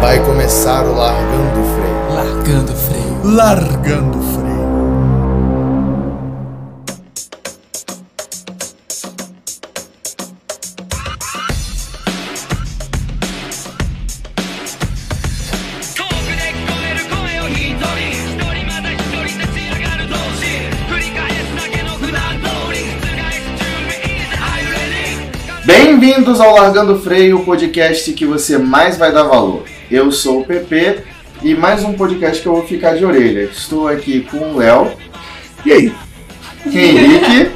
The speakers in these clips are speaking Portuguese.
Vai começar o Largando o Freio. Largando o freio. Largando o Freio. 「遠くで聞こえる声を一人」「一人また一人立ち上がる同士」「繰り返すだけの普段通り」「覆す準備 is are you ready?」 Bem-vindos ao Largando o Freio, o podcast que você mais vai dar valor. Eu sou o PP e mais um podcast que eu vou ficar de orelha. Estou aqui com o Léo. E aí? Henrique.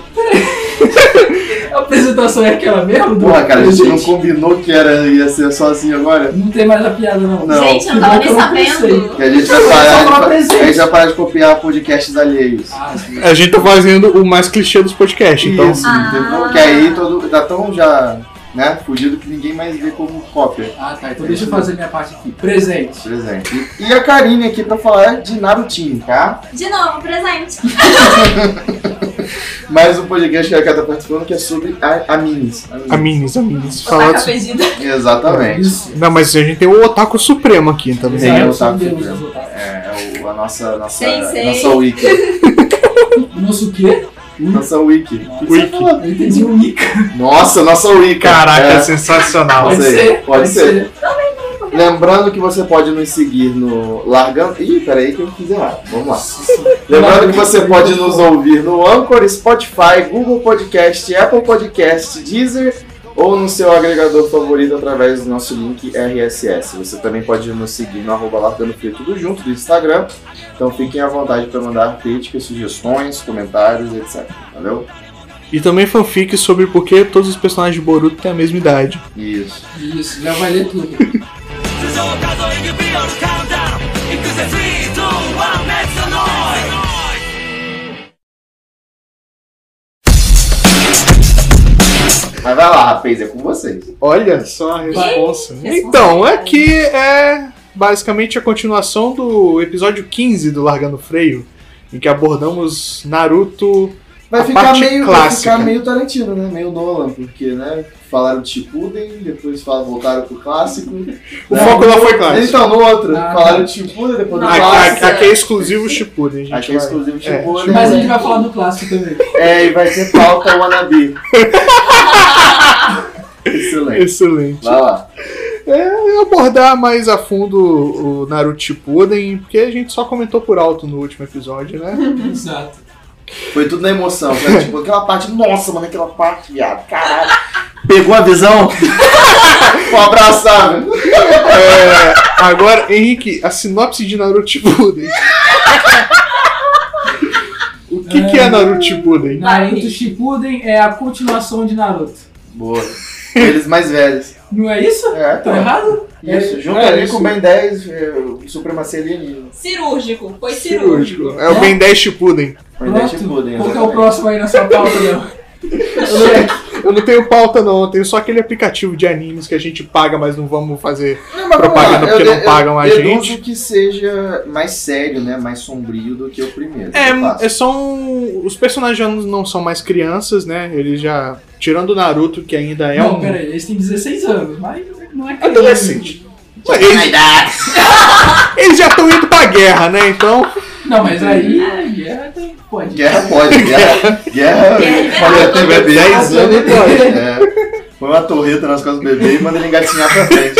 A apresentação é aquela mesmo? Porra, cara, a gente não Gente, combinou que era, ia ser só assim agora. não tem mais a piada, não. Não. Gente, eu não tava nem Eu não pensei. sabendo. Que a gente vai Só falar parar, de, presente. a gente vai parar de copiar podcasts alheios. Ah, sim. A gente tá fazendo o mais clichê dos podcasts, então. Isso, entendeu? Que aí todo, tá tão já, né, fudido que ninguém mais vê como cópia. Ah, tá. Então deixa eu fazer minha parte aqui. Presente. Presente. E a Karine aqui pra falar de Narutinho, tá? De novo, presente. Mais um podcast que a Cata tá participando que é sobre a, a Minis. A Minis, a Minis. Falar Saca disso. perdida. Exatamente. Isso. Não, mas a gente tem o Otaku Supremo aqui tá também. Sim, eu Exato, tava são Deus ficando. dos otários. É, é o- a nossa, nossa, Sensei. nossa wiki. O Nosso quê? Nossa wiki. O que que você Wiki. falou? Eu entendi um o Nica. Nossa, nossa wiki. Caraca, É. sensacional. Pode Pode ser, ser. pode ser. Lembrando que você pode nos seguir no Largando. Ih, peraí que eu fiz errado. Vamos lá. Lembrando que você pode nos ouvir no Anchor, Spotify, Google Podcast, Apple Podcast, Deezer ou no seu agregador favorito através do nosso link RSS. Você também pode nos seguir no arroba Largando Frio tudo junto do Instagram. Então fiquem à vontade para mandar críticas, sugestões, comentários, etc. Valeu? E também fanfic sobre por que todos os personagens de Boruto têm a mesma idade. Isso. Isso, já vai ler tudo. 数字を数え指をカウンダウン行くぜ3 2 1 Make the noise! Mas vai lá, rapaz, é com vocês. Olha É só a resposta. Então, aqui é basicamente a continuação do episódio 15 do Largando o Freio, em que abordamos Naruto. Vai A ficar, parte meio, vai clássica. ficar meio Tarantino, né? Meio Nolan, porque, né? Falaram Shippuden, depois falaram, voltaram pro clássico. O Não. foco lá foi Eles clássico. estão no outro, Ah, falaram Shippuden, depois do Não. Aqui, aqui- clássico. aqui é exclusivo Shippuden, gente. Aqui é vai- exclusivo É, Shippuden. Mas a gente vai falar do clássico também. É, e vai ter falta o Wannabe. Excelente. Excelente. Vai lá. abordar mais a fundo o Naruto Shippuden, porque a gente só comentou por alto no último episódio, né? Exato. Foi tudo na emoção. Foi, tipo, aquela parte, nossa, mano, aquela parte, viado, caralho. Pegou a visão? Vou abraçar, né? velho. Agora, Henrique, a sinopse de Naruto Shippuden. o que, que é Naruto Shippuden? Naruto Shippuden é a continuação de Naruto. Boa. Eles mais velhos. Não é isso? É, Tô errado? Isso, É, junto é ali isso. com o Ben 10, eh, Supremacia Alienígena. Cirúrgico. Foi cirúrgico. Cirúrgico. É o Ben 10 Shippuden. Ben 10 tipo Pronto. Buda, hein, Qual que é o exatamente. próximo aí na sua pauta, Léo? Eu não tenho pauta, não. Eu tenho só aquele aplicativo de animes que a gente paga, mas não vamos fazer. Não, mas vamos Propaganda lá, porque eu não de- pagam a eu deduzo gente. que seja mais sério, né? Mais sombrio do que o primeiro. eu faço. É, é, são. Os personagens já não são mais crianças, né? Eles já. Tirando o Naruto, que ainda é Não, um. peraí, eles têm 16 anos, mas não é criança. Adolescente. Ué, eles- Eles já estão indo pra guerra, né? Então. Não, mas aí É. a guerra tem- pode. Guerra pode, guerra. guerra. Falei até bebê. 10 anos e pode. É. Põe uma torreta nas costas do bebê e manda ele engatinhar pra frente.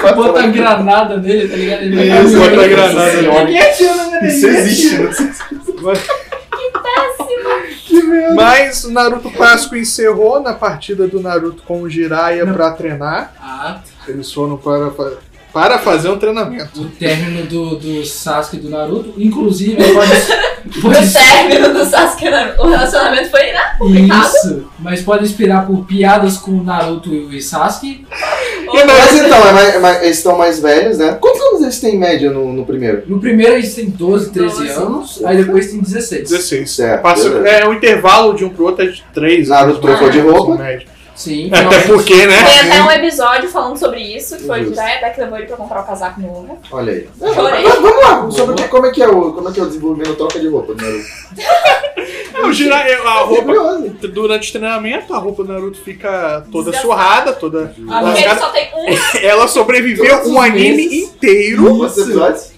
Quatro Bota horas. granada nele, tá ligado? Ele vai Isso, cair. bota granada nele. Ninguém atira na granada. Isso existe, né? Mas o Naruto clássico encerrou na partida do Naruto com o Jiraiya pra treinar. Ah, Eles foram para, fa- para fazer um treinamento. o término do, do Sasuke e do Naruto, inclusive, pode, pode O término do Sasuke, o relacionamento foi, é né? Complicado. Isso, mas pode inspirar por piadas com o Naruto e o Sasuke. Mas então, é mais- é mais- eles estão mais velhos, né? Quantos anos eles têm em média no, no primeiro? No primeiro eles têm 12, 13 Nossa. anos, aí depois tem 16. 16. Certo. Passa- beleza. é, o intervalo de um pro outro é de 3. Naruto trocou de roupa. Sim, Até finalmente. porque, né? Tem até um episódio falando sobre isso, que foi o Justo. Jiraiya até que levou ele pra comprar o casaco novo. Olha aí. né? Chorei. Mas vamos lá, sobre o que- como é que é o, como é que é o desenvolvimento troca de roupa do Naruto? O o Jiraiya- a É roupa curioso. durante o treinamento, a roupa do Naruto fica toda Desgastada. surrada, toda Ah, porque ele lascada. só tem um. Ela sobreviveu Todos um os anime meses. inteiro. Quantos Isso. episódios?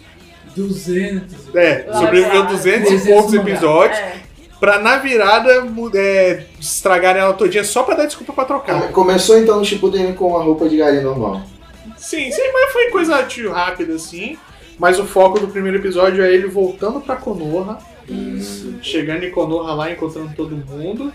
200. É, Lá sobreviveu pra- 200 e 200 poucos mangá. episódios. É. Pra na virada mu- é, estragarem ela todinha só pra dar desculpa pra trocar. Começou então no Shippuden com a roupa de galinha normal. Sim, sim, mas foi coisa tipo, rápida assim. Mas o foco do primeiro episódio é ele voltando pra Konoha, Isso. chegando em Konoha lá, encontrando todo mundo.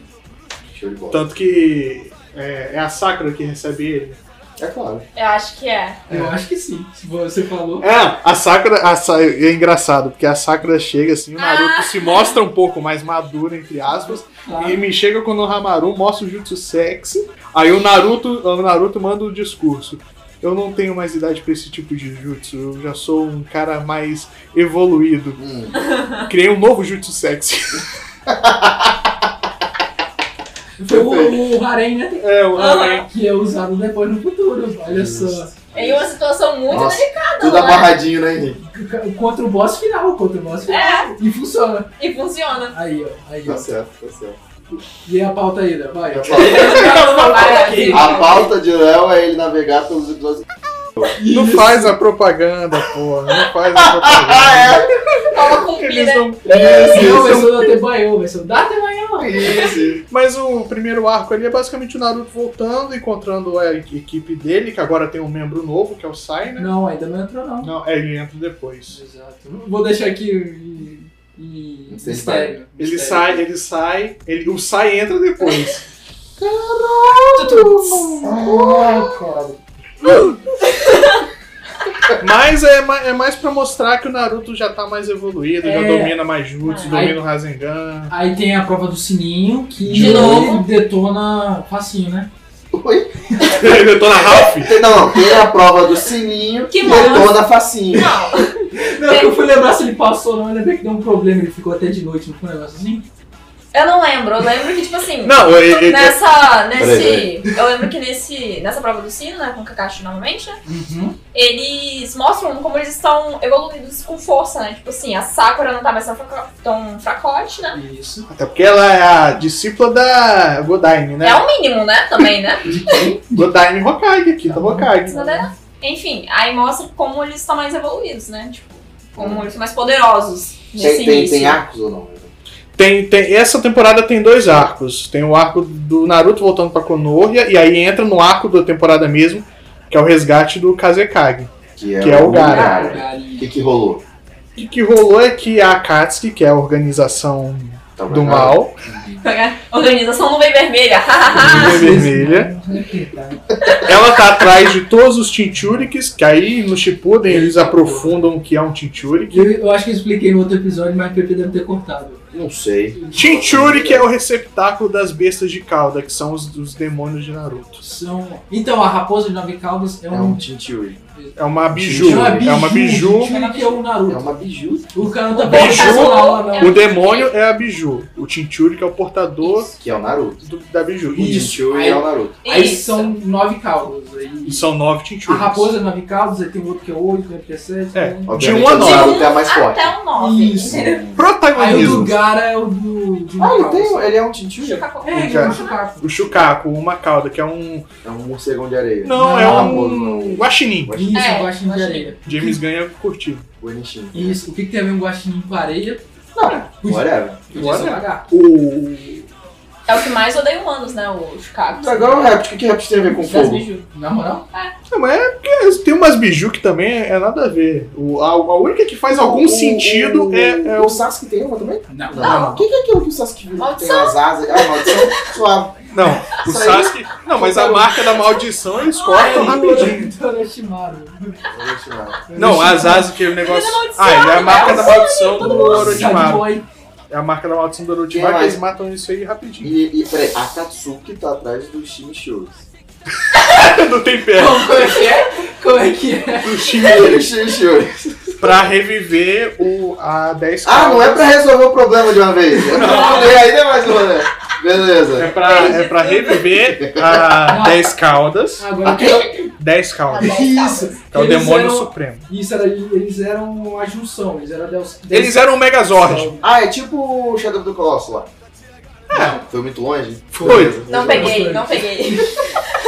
Show de bola. Tanto que é, é a Sakura que recebe ele. É claro. Eu acho que é. Eu acho que sim. Se você falou. É, a Sakura. a Sa- é engraçado, porque a Sakura chega assim, o Naruto Ah. se mostra um pouco mais maduro, entre aspas, Claro. e me chega com o Hamaru, mostra o jutsu sexy. Aí o Naruto, o Naruto manda o discurso. Eu não tenho mais idade pra esse tipo de jutsu, eu já sou um cara mais evoluído. Hum. Criei um novo jutsu sexy. Foi o, o Harém, né? É, o Hamaru. Que é usado depois no futuro. Olha só. Em uma situação muito Nossa. delicada Tudo lá. amarradinho, né, Henrique? Contra o boss final. Contra o boss final. E funciona. E funciona. Aí, ó. Aí, Tá ó. certo, tá certo. E a pauta aí, né? Vai. A ó. pauta, Maravilha. a pauta de Léo é ele navegar pelos episódios. Não faz a propaganda, porra. Não faz a propaganda. Toma com Eles pira. não Isso, Não, vai isso. ser o Datebanho. Vai ser o Datebanho. Isso. Mas o primeiro arco ali é basicamente o Naruto voltando, encontrando a equipe dele, que agora tem um membro novo, que é o Sai, né? Não, ainda não entrou, não. Não, é, ele entra depois. Exato. Vou deixar aqui em, em Mistério. mistério. Ele Mistério. sai, ele sai, ele, o Sai entra depois. Ah, cara. Mas é, ma- é mais pra mostrar que o Naruto já tá mais evoluído, já É. domina mais jutsu, Ai. domina o Rasengan. Aí tem a prova do sininho que De novo. detona facinho, né? Oi? ele na Ralph? Tem- Não, não, tem a prova do sininho Que que massa. detona a facinho. Não. Não, é eu fui lembrar se ele passou ou não, ainda bem que deu um problema, ele ficou até de noite, não foi um negócio assim? Eu não lembro, eu lembro que, tipo assim. Não, eu- eu- eu- Nessa. Peraí, Nesse. Eu lembro que nesse, nessa prova do sino, né? Com o Kakashi novamente, né? Uhum. Eles mostram como eles estão evoluídos com força, né? Tipo assim, a Sakura não tá mais tão, fraco- tão fracote, né? Isso. Até porque ela é a discípula da Godaine, É né? o mínimo, né? Também, né? De quem? Godaine Hokage, aqui tá Hokage. Isso, né? Enfim, aí mostra como eles estão mais evoluídos, né? Tipo, como eles são mais poderosos. Nesse Hum. Tem, tem, início. tem arcos ou não? Tem, tem, essa temporada tem dois arcos. Tem o arco do Naruto voltando pra Konoha, e aí entra no arco da temporada mesmo, que é o resgate do Kazekage. Que é o Gaara. O que, que rolou? E o que rolou é que a Akatsuki, que é a organização Tá do marcado? mal, É, Organização nuvem vermelha, Ah. hahaha. Nuvem Vermelha. ela tá atrás de todos os Tinchuriks, que aí no Shippuden eles aprofundam o que é um Tinchurik. Eu, eu acho que eu expliquei no outro episódio, mas o PP deve ter cortado. Não sei. Tinchurik é o receptáculo das bestas de cauda, que são os, os demônios de Naruto. São... Então, a raposa de nove caudas é É um um... tinturi. É uma biju. Tinchuriki. É uma biju. Tinchuriki que é o É Naruto. uma biju. O cara não tá O bem Biju- racional lá, não. O demônio é a biju. O Tinchurik é o portador Que é o Naruto. do- da Biju. O tinturi é o Naruto. Aí Isso. são nove caudas. Aí... E são nove A tinturas. raposa de nove caudas, aí tem outro que é oito, outro que é sete. É. né? Obviamente, um a o nove. Naruto é a mais forte. Até o 9. Isso. Aí o do Protagonismo. Gara é o do... de é Ah, nove ele, tem, caudas. ele é um tinturi? É, ele é um macaco. O Chucaco, uma cauda, que é um. É um morcegão de areia. Não, é Não, um. não. Guaxinim. Isso, um guaxinim É, de guaxinim. areia. James ganha curtido. Bonitinho. Isso, o que, que tem a ver um guaxinim com areia? Whatever. Podia ser um Olha. lagarto. O. É o que mais odeia humanos, né? O Chicago. Agora o réptil. O que, que réptil tem a ver com Das fogo? biju. Na moral? Não, mas é porque tem umas biju que também é nada a ver. O, a, a única que faz algum O- sentido o- é, é o o. Sasuke tem uma também? Não. O que, que é aquilo que o Sasuke viu? Tem Maldição. as asas. Ah, maldição. Suave. Não, o Sasuke. Não, mas a marca da maldição eles cortam rapidinho. Orochimaru. Vou tirar. Não, as asas que é o negócio. maldição, Ah, é a marca da né? maldição do Sad Orochimaru. boy. É a marca da maldição do Quem Orochimaru que mais? eles matam isso aí rapidinho. E, e peraí, a Katsuki tá atrás dos Shimichurus. Do tempero. Como é que é? Como é que é? Do Os Shimichurus. pra reviver o, a 10 Ah, não é caudas. pra resolver o problema de uma vez. É pra poder ainda mais uma vez. É Beleza. pra, é pra reviver a 10 caudas. Agora tá que dez caudas. Isso. Que é o Eles demônio eram- supremo. Isso, era, eles eram a junção, eles eram Deus. Eles eram um Megazord. Ah, é tipo o Shadow do Colosso lá. Ah, foi muito longe. Foi. Beleza. Não peguei, não peguei.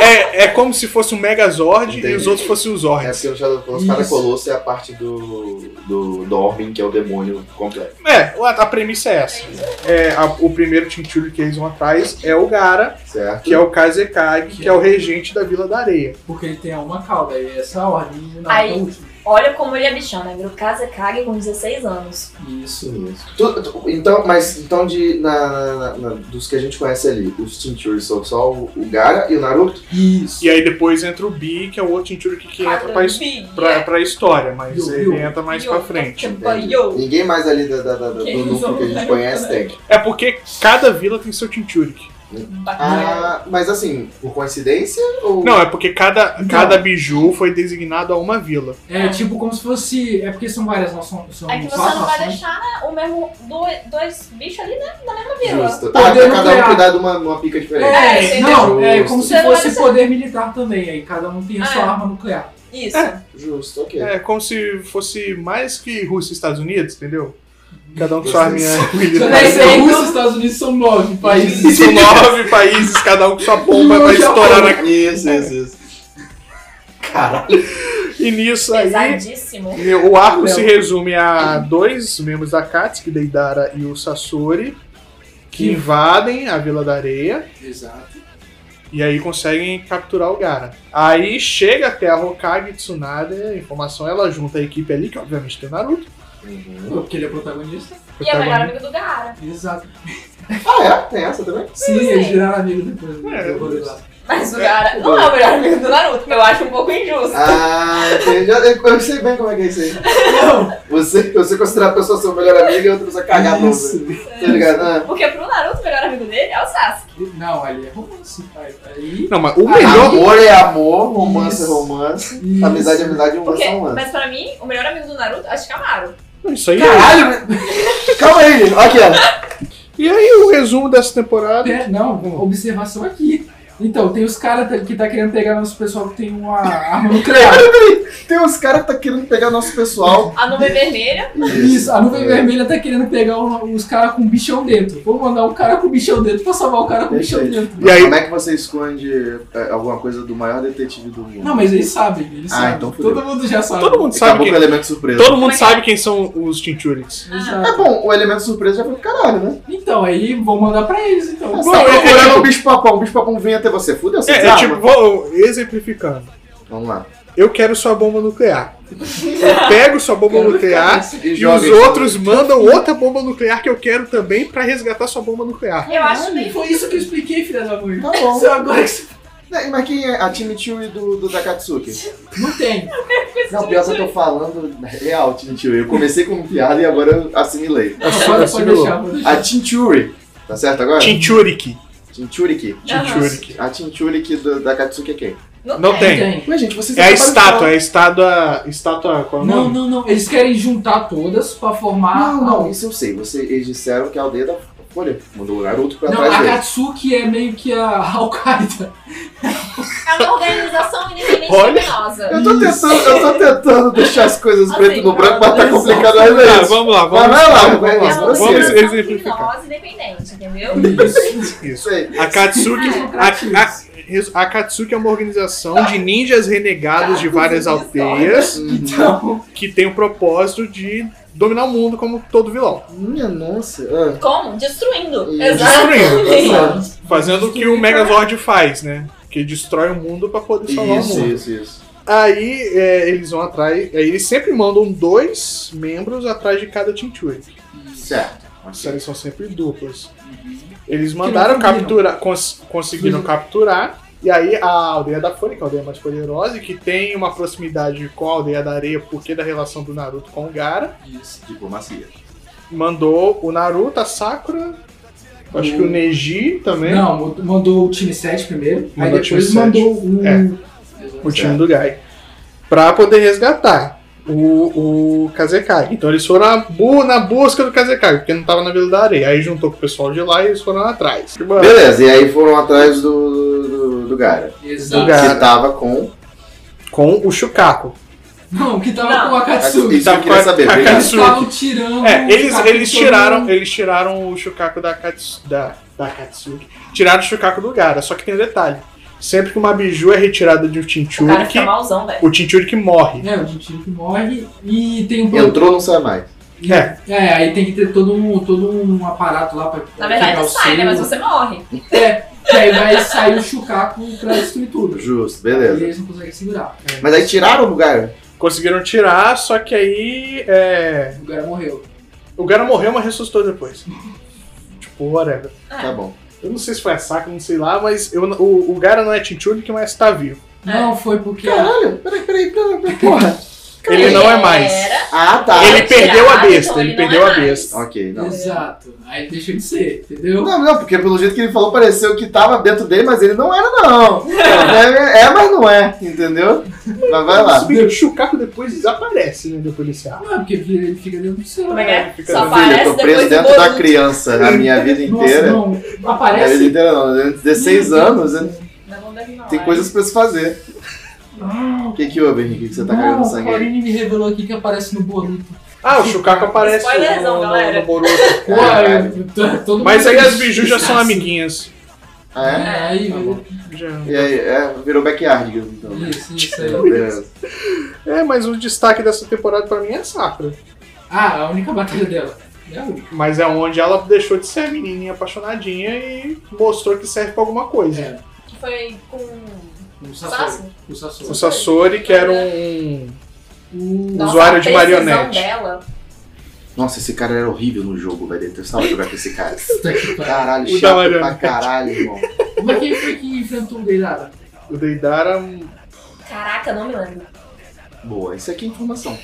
É, é como se fosse um Megazord Entendi. e os outros fossem os É Zords. porque no Shadow Colossus, cada Isso. colosso é a parte do, do, do Orben, que é o demônio completo. É, a, a premissa é essa. É, a- o primeiro Tintilho que eles vão atrás é o Gara, Certo? que é o Kazekage, que é o regente da Vila da Areia. Porque ele tem uma cauda, e essa ordem de nada Aí. é o último. Olha como ele é bichão, né? Virou casa Kage com 16 anos. Isso. Isso. Tu- tu- então, mas então de, na, na- na- dos que a gente conhece ali, os Tintures são só o, o Gara e o Naruto? Isso. E aí depois entra o Bi, que é o outro Tintilho que entra pra, his- Big, pra, pra história, mas Yo, ele yo, entra mais yo, pra frente. yo. Entende? Yo. Ninguém mais ali da, da- da- do Quem núcleo usou que a gente Naruto, conhece né? tem. É porque cada vila tem seu Tintilho. bacana. Ah, mas assim, por coincidência ou... Não, é porque cada, Não. cada biju foi designado a uma vila. É tipo como se fosse. É porque são várias noções. São É que você quatro não vai nações. deixar né, o mesmo dois, dois bichos ali né, na mesma vila. Justo. Ah, Poder pra cada um nuclear. cuidar de uma, uma pica diferente. É, É, entendeu? não, é como Justo. se Você não vai fosse ser- poder militar também, aí cada um tem a sua É. arma nuclear. Isso. Justo, ok. É como se fosse mais que Rússia e Estados Unidos, entendeu? Cada um com sua arminha Mas Mas é militar. Você aí, Rússia e então- Estados Unidos são nove países. São nove países, cada um com sua bomba E pra o Japão. estourar na... Isso, isso, isso. Caralho. E nisso aí, Pesadíssimo. o arco Não. se resume a dois membros da Katsuki, Deidara e o Sasori, que Sim. invadem a Vila da Areia Exato. e aí conseguem capturar o Gara. Aí chega até a Hokage Tsunade, a informação ela junta a equipe ali, que obviamente tem o Naruto. Porque ele é protagonista. E a melhor protagonista. amiga do Gaara. Exato. Ah, é? Tem essa também? Sim, assim, eles viraram amigos depois. do- É, depois do lado. Mas o Gaara não é o melhor amigo do Naruto, que eu acho um pouco injusto. Ah, entendi. Eu, eu sei bem como é que é isso aí. Não, é Você, você considera a pessoa sua melhor amiga e outra pessoa cagar pra você. isso. Tá ligado? Ah, Porque pro Naruto, o melhor amigo dele é o Sasuke. Não, ali é romance, pai. Aí. Não, mas o Ah, melhor Amor é amor, romance é Isso. romance, Isso. amizade é amizade, romance Porque, um é romance. mas pra mim, o melhor amigo do Naruto é o Shikamaru. Não, Isso aí é. Caralho! Calma aí, gente. Aqui, ó. E aí o resumo dessa temporada. É, não, com observação aqui. Então, tem os caras que tá querendo pegar nosso pessoal que tem uma arma nuclear. Tem uns caras que tá querendo pegar nosso pessoal. A nuvem vermelha. Isso, a nuvem É. vermelha tá querendo pegar o- os caras com bichão dentro. Vou mandar o cara com bichão dentro pra salvar o cara com bichão dentro. E E aí- aí? Como é que você esconde é, alguma coisa do maior detetive do mundo? Não, mas eles sabem, eles Ah, sabem. então fudeu. Todo mundo já sabe. Todo mundo sabe Acabou com o quem. elemento surpresa. Todo é mundo sabe quem são os Tinturix. É Exato. bom, o elemento surpresa já foi pro caralho, né? Então, aí vou mandar pra eles, então. Você Bom, tá é- procurando é- o bicho papão, o bicho papão vem até você. Fudeu, você É, é desarma. tipo, vou exemplificando. Vamos lá. Eu quero sua bomba nuclear. Eu pego sua bomba Quero nuclear ficar e joga os isso. outros mandam outra bomba nuclear que eu quero também pra resgatar sua bomba nuclear. Eu acho Caralho, bem. Foi isso que eu expliquei, filha da mãe. Tá bom. Só agora que você- Né, Mas quem é a Time Chewie do, do Takatsuki? Não tem. Não, pior que eu tô falando real, Tim Chewie. Eu comecei com piada e agora eu assimilei. Pode, pode Assimilou. deixar, pode deixar. A Tinchuri, tá certo agora? Tinturiki. Tinchuriki. Tinturiki. A Tinchuriki do, da Katsuki é quem? Não tem. Mas, gente, vocês É a acabaram de falar- estátua, é a estátua. Estátua. Qual é o Não, nome? não, não. Eles querem juntar todas pra formar. Não, não, isso Ah, eu sei. Você, eles disseram que é a aldeia da Folha. Mandou o Naruto pra Não, trás a dele. Katsuki é meio que a Al-Qaeda. É uma organização independente Olha. criminosa. Eu tô tentando, eu tô tentando deixar as coisas Assim, preto no branco, mas tá exato. complicado ainda Tá, isso. vamos lá, Mas vamos vai lá, vamos vai lá, É Mas uma você- Vamos organização exemplificar. criminosa independente, entendeu? Isso. Isso. Isso aí. A Katsuki, a, a- resu- a Katsuki é uma organização de ninjas renegados de várias é aldeias Então, que tem o propósito de dominar o mundo como todo vilão. Minha nossa. Ah. Como? Destruindo. Isso. Destruindo. Exatamente. Fazendo o que o Megazord faz, né? Que destrói o mundo pra poder salvar o Isso, mundo. isso, isso. Aí é, eles vão atrás. Aí eles sempre mandam dois membros atrás de cada Tinture. Certo. As séries são sempre duplas. Eles não mandaram combinam. capturar. cons- conseguiram Uhum. capturar. E aí a aldeia da Folha, que é a aldeia mais poderosa, e que tem uma proximidade com a aldeia da areia, porque da relação do Naruto com o Gara, isso. Diplomacia. mandou o Naruto, a Sakura, acho que o Neji também. Não, mand- mandou o time 7 primeiro, aí Mandou o time depois sete. mandou um. o. É. Exato. o time do Gai, pra poder resgatar o, o Kazekage. Então eles foram na, bu- na busca do Kazekage, porque não tava na Vila da Areia. Aí juntou com o pessoal de lá e eles foram atrás. Do Beleza, e aí foram atrás do, do, do Gara. Exato. Gara. Que tava com. Com o Shukaku, Não, que tava Não. com o Tá Akatsuki. Isso eu queria saber. Obrigado. Eles Akatsuki. estavam tirando. É, os eles, Akatsuki eles tiraram, eles tiraram o Shukaku da, Katsu, da, da Katsuki. Tiraram o Shukaku do Gara, só que tem um detalhe. Sempre que uma biju é retirada de um O cara Tinchuriki, fica malzão, velho. o Tinchuriki morre. É, o Jinchuriki morre e tem um Entrou, não sai mais. É. É, aí tem que ter todo um, todo um aparato lá pra. Na verdade, pegar o sai, né? selo. Mas você morre. É, que aí vai sair o Shukaku pra destruir tudo. Justo, E beleza. eles não conseguem segurar. Mas aí tiraram o Gaio. Conseguiram tirar, só que aí é, O cara morreu. o Gara morreu, mas ressuscitou depois. tipo, whatever. Tá bom. Eu não sei se foi a Saka, não sei lá, mas eu, o, o Gara não é Tinchuriki, mas tá vivo. É. Não, foi porque. Caralho, peraí, peraí, peraí, peraí, porra. Ele não é mais. Era, Ah, tá. Ele perdeu a é tirado, besta, então ele não perdeu é a mais. besta. Ok, não. Exato. Aí deixa de ser, entendeu? Não, não, porque pelo jeito que ele falou, pareceu que tava dentro dele, mas ele não era, não. É, é, mas não é, entendeu? Mas vai Se lá. bem que o Shukaku depois desaparece, né? Depois desse ar. Não, é porque ele fica dentro do céu. Como é que é? Fica- Só Filho, Filho, eu aparece tô preso depois do dentro da Boruto. criança a minha vida inteira. Nossa, não. minha vida Aparece. inteira não, dentro de 16 anos, né? Não, não deve não, tem é. coisas pra se fazer. Não. O que que houve, Henrique, que você tá Não, cagando o sangue aí? Corine me revelou aqui que aparece no Boruto. Ah, o Shukaku aparece no, Spoilerzão, no, galera. no Boruto. Pô, Caralho. eu- tô- todo Mas mundo- aí as biju já são amiguinhas. Ah, é? É, aí, Tá bom. Já- E aí, é, virou backyard, então. Isso, isso aí. Beleza. É, mas o destaque dessa temporada pra mim é a Sakura. Ah, a única batalha dela. É a única. Mas é onde ela deixou de ser a menininha apaixonadinha e mostrou que serve pra alguma coisa. É, Que foi com. o Sasori. Sassi? O Sasori. O Sasori, que era um. O- Nossa, Usuário de a precisão marionete. Dela. Nossa, esse cara era horrível no jogo, velho. Detestava jogar com esse cara. Puta que pariu. Caralho, O da chato pra marionete. caralho, irmão. Mas quem foi que enfrentou o Deidara? O Deidara. Caraca, não me lembro. Boa, isso aqui é informação.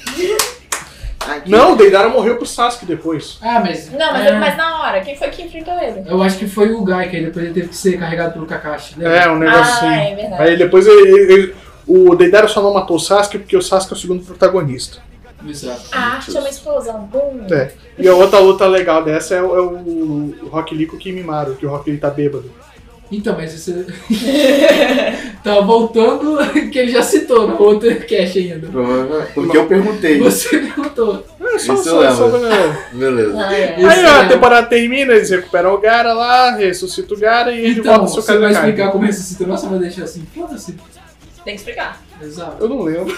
Aqui. Não, o Deidara morreu pro Sasuke depois. Ah, mas. Não, mas, é, mas na hora, quem foi que enfrentou Um ele? Eu acho que foi o Gai, que aí depois ele teve que ser carregado pelo Kakashi. Né? É, um negocinho. Ah, é verdade. Aí depois ele- ele- ele- o Deidara só não matou o Sasuke porque o Sasuke é o segundo protagonista. Exato. A arte é uma explosão. Bum. É. E a outra luta legal dessa é, o- é o Rock Lee com o Kimimaru, que o Rock Lee tá bêbado. Então, mas você. tá voltando que ele já citou no outro cast ainda. Prova- Porque eu perguntei. Você perguntou. É, só, Isso eu só, só, né? Beleza. Ah, é. Isso Aí ó, a mesmo. temporada termina, eles recuperam o Gara lá, ressuscita o Gara e ele Então, volta seu você vai Kazekage. explicar como é ressuscitou, nossa, vai deixar assim. Foda-se. Tem que explicar. Exato. Eu não lembro.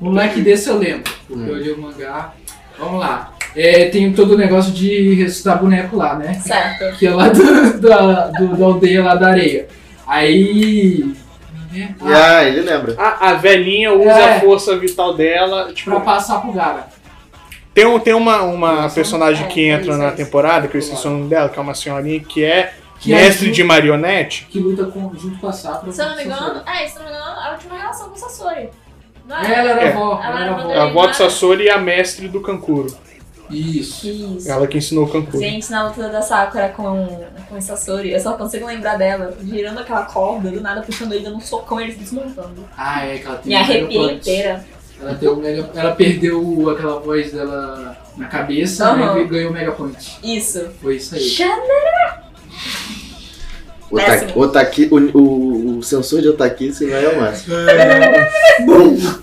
Um moleque desse eu lembro, porque eu li o mangá. Vamos lá. É, tem todo o negócio de ressuscitar boneco lá, né? Certo. que é lá do, da, do- da aldeia lá da areia. Aí. né, E ah, ele lembra. A, a velhinha usa É. a força vital dela. Tipo, Pra passar pro Gara. tem, um- tem uma, uma personagem é, que é entra isso, é na isso. temporada, que eu esqueci o nome dela, que é uma senhorinha que é Que mestre ajuda- de marionete. Que luta com, junto com a Sakura. Se eu não me contra o engano, é, se eu não me engano, a última relação com o Sasori. Não Sasori. Ela era É. avó. Ela Ela era era É avó. a voto Sasori e a mestre do Kankuro. Isso. Isso. Ela que ensinou o Kankuro. Gente, na luta da Sakura com, com o Sasori, eu só consigo lembrar dela girando aquela corda, do nada puxando ele dando um socão e eles desmontando. Ah, é que ela tem Me um arrepiei megaplantes. inteira. Ela, tem um mega, ela perdeu aquela voz dela na cabeça Aham. né, e ganhou o Mega Point. Isso. Foi isso aí. Xana. Otaki, Péssimo. otaki, o, o, o sensor de Otaki se vai ao máximo.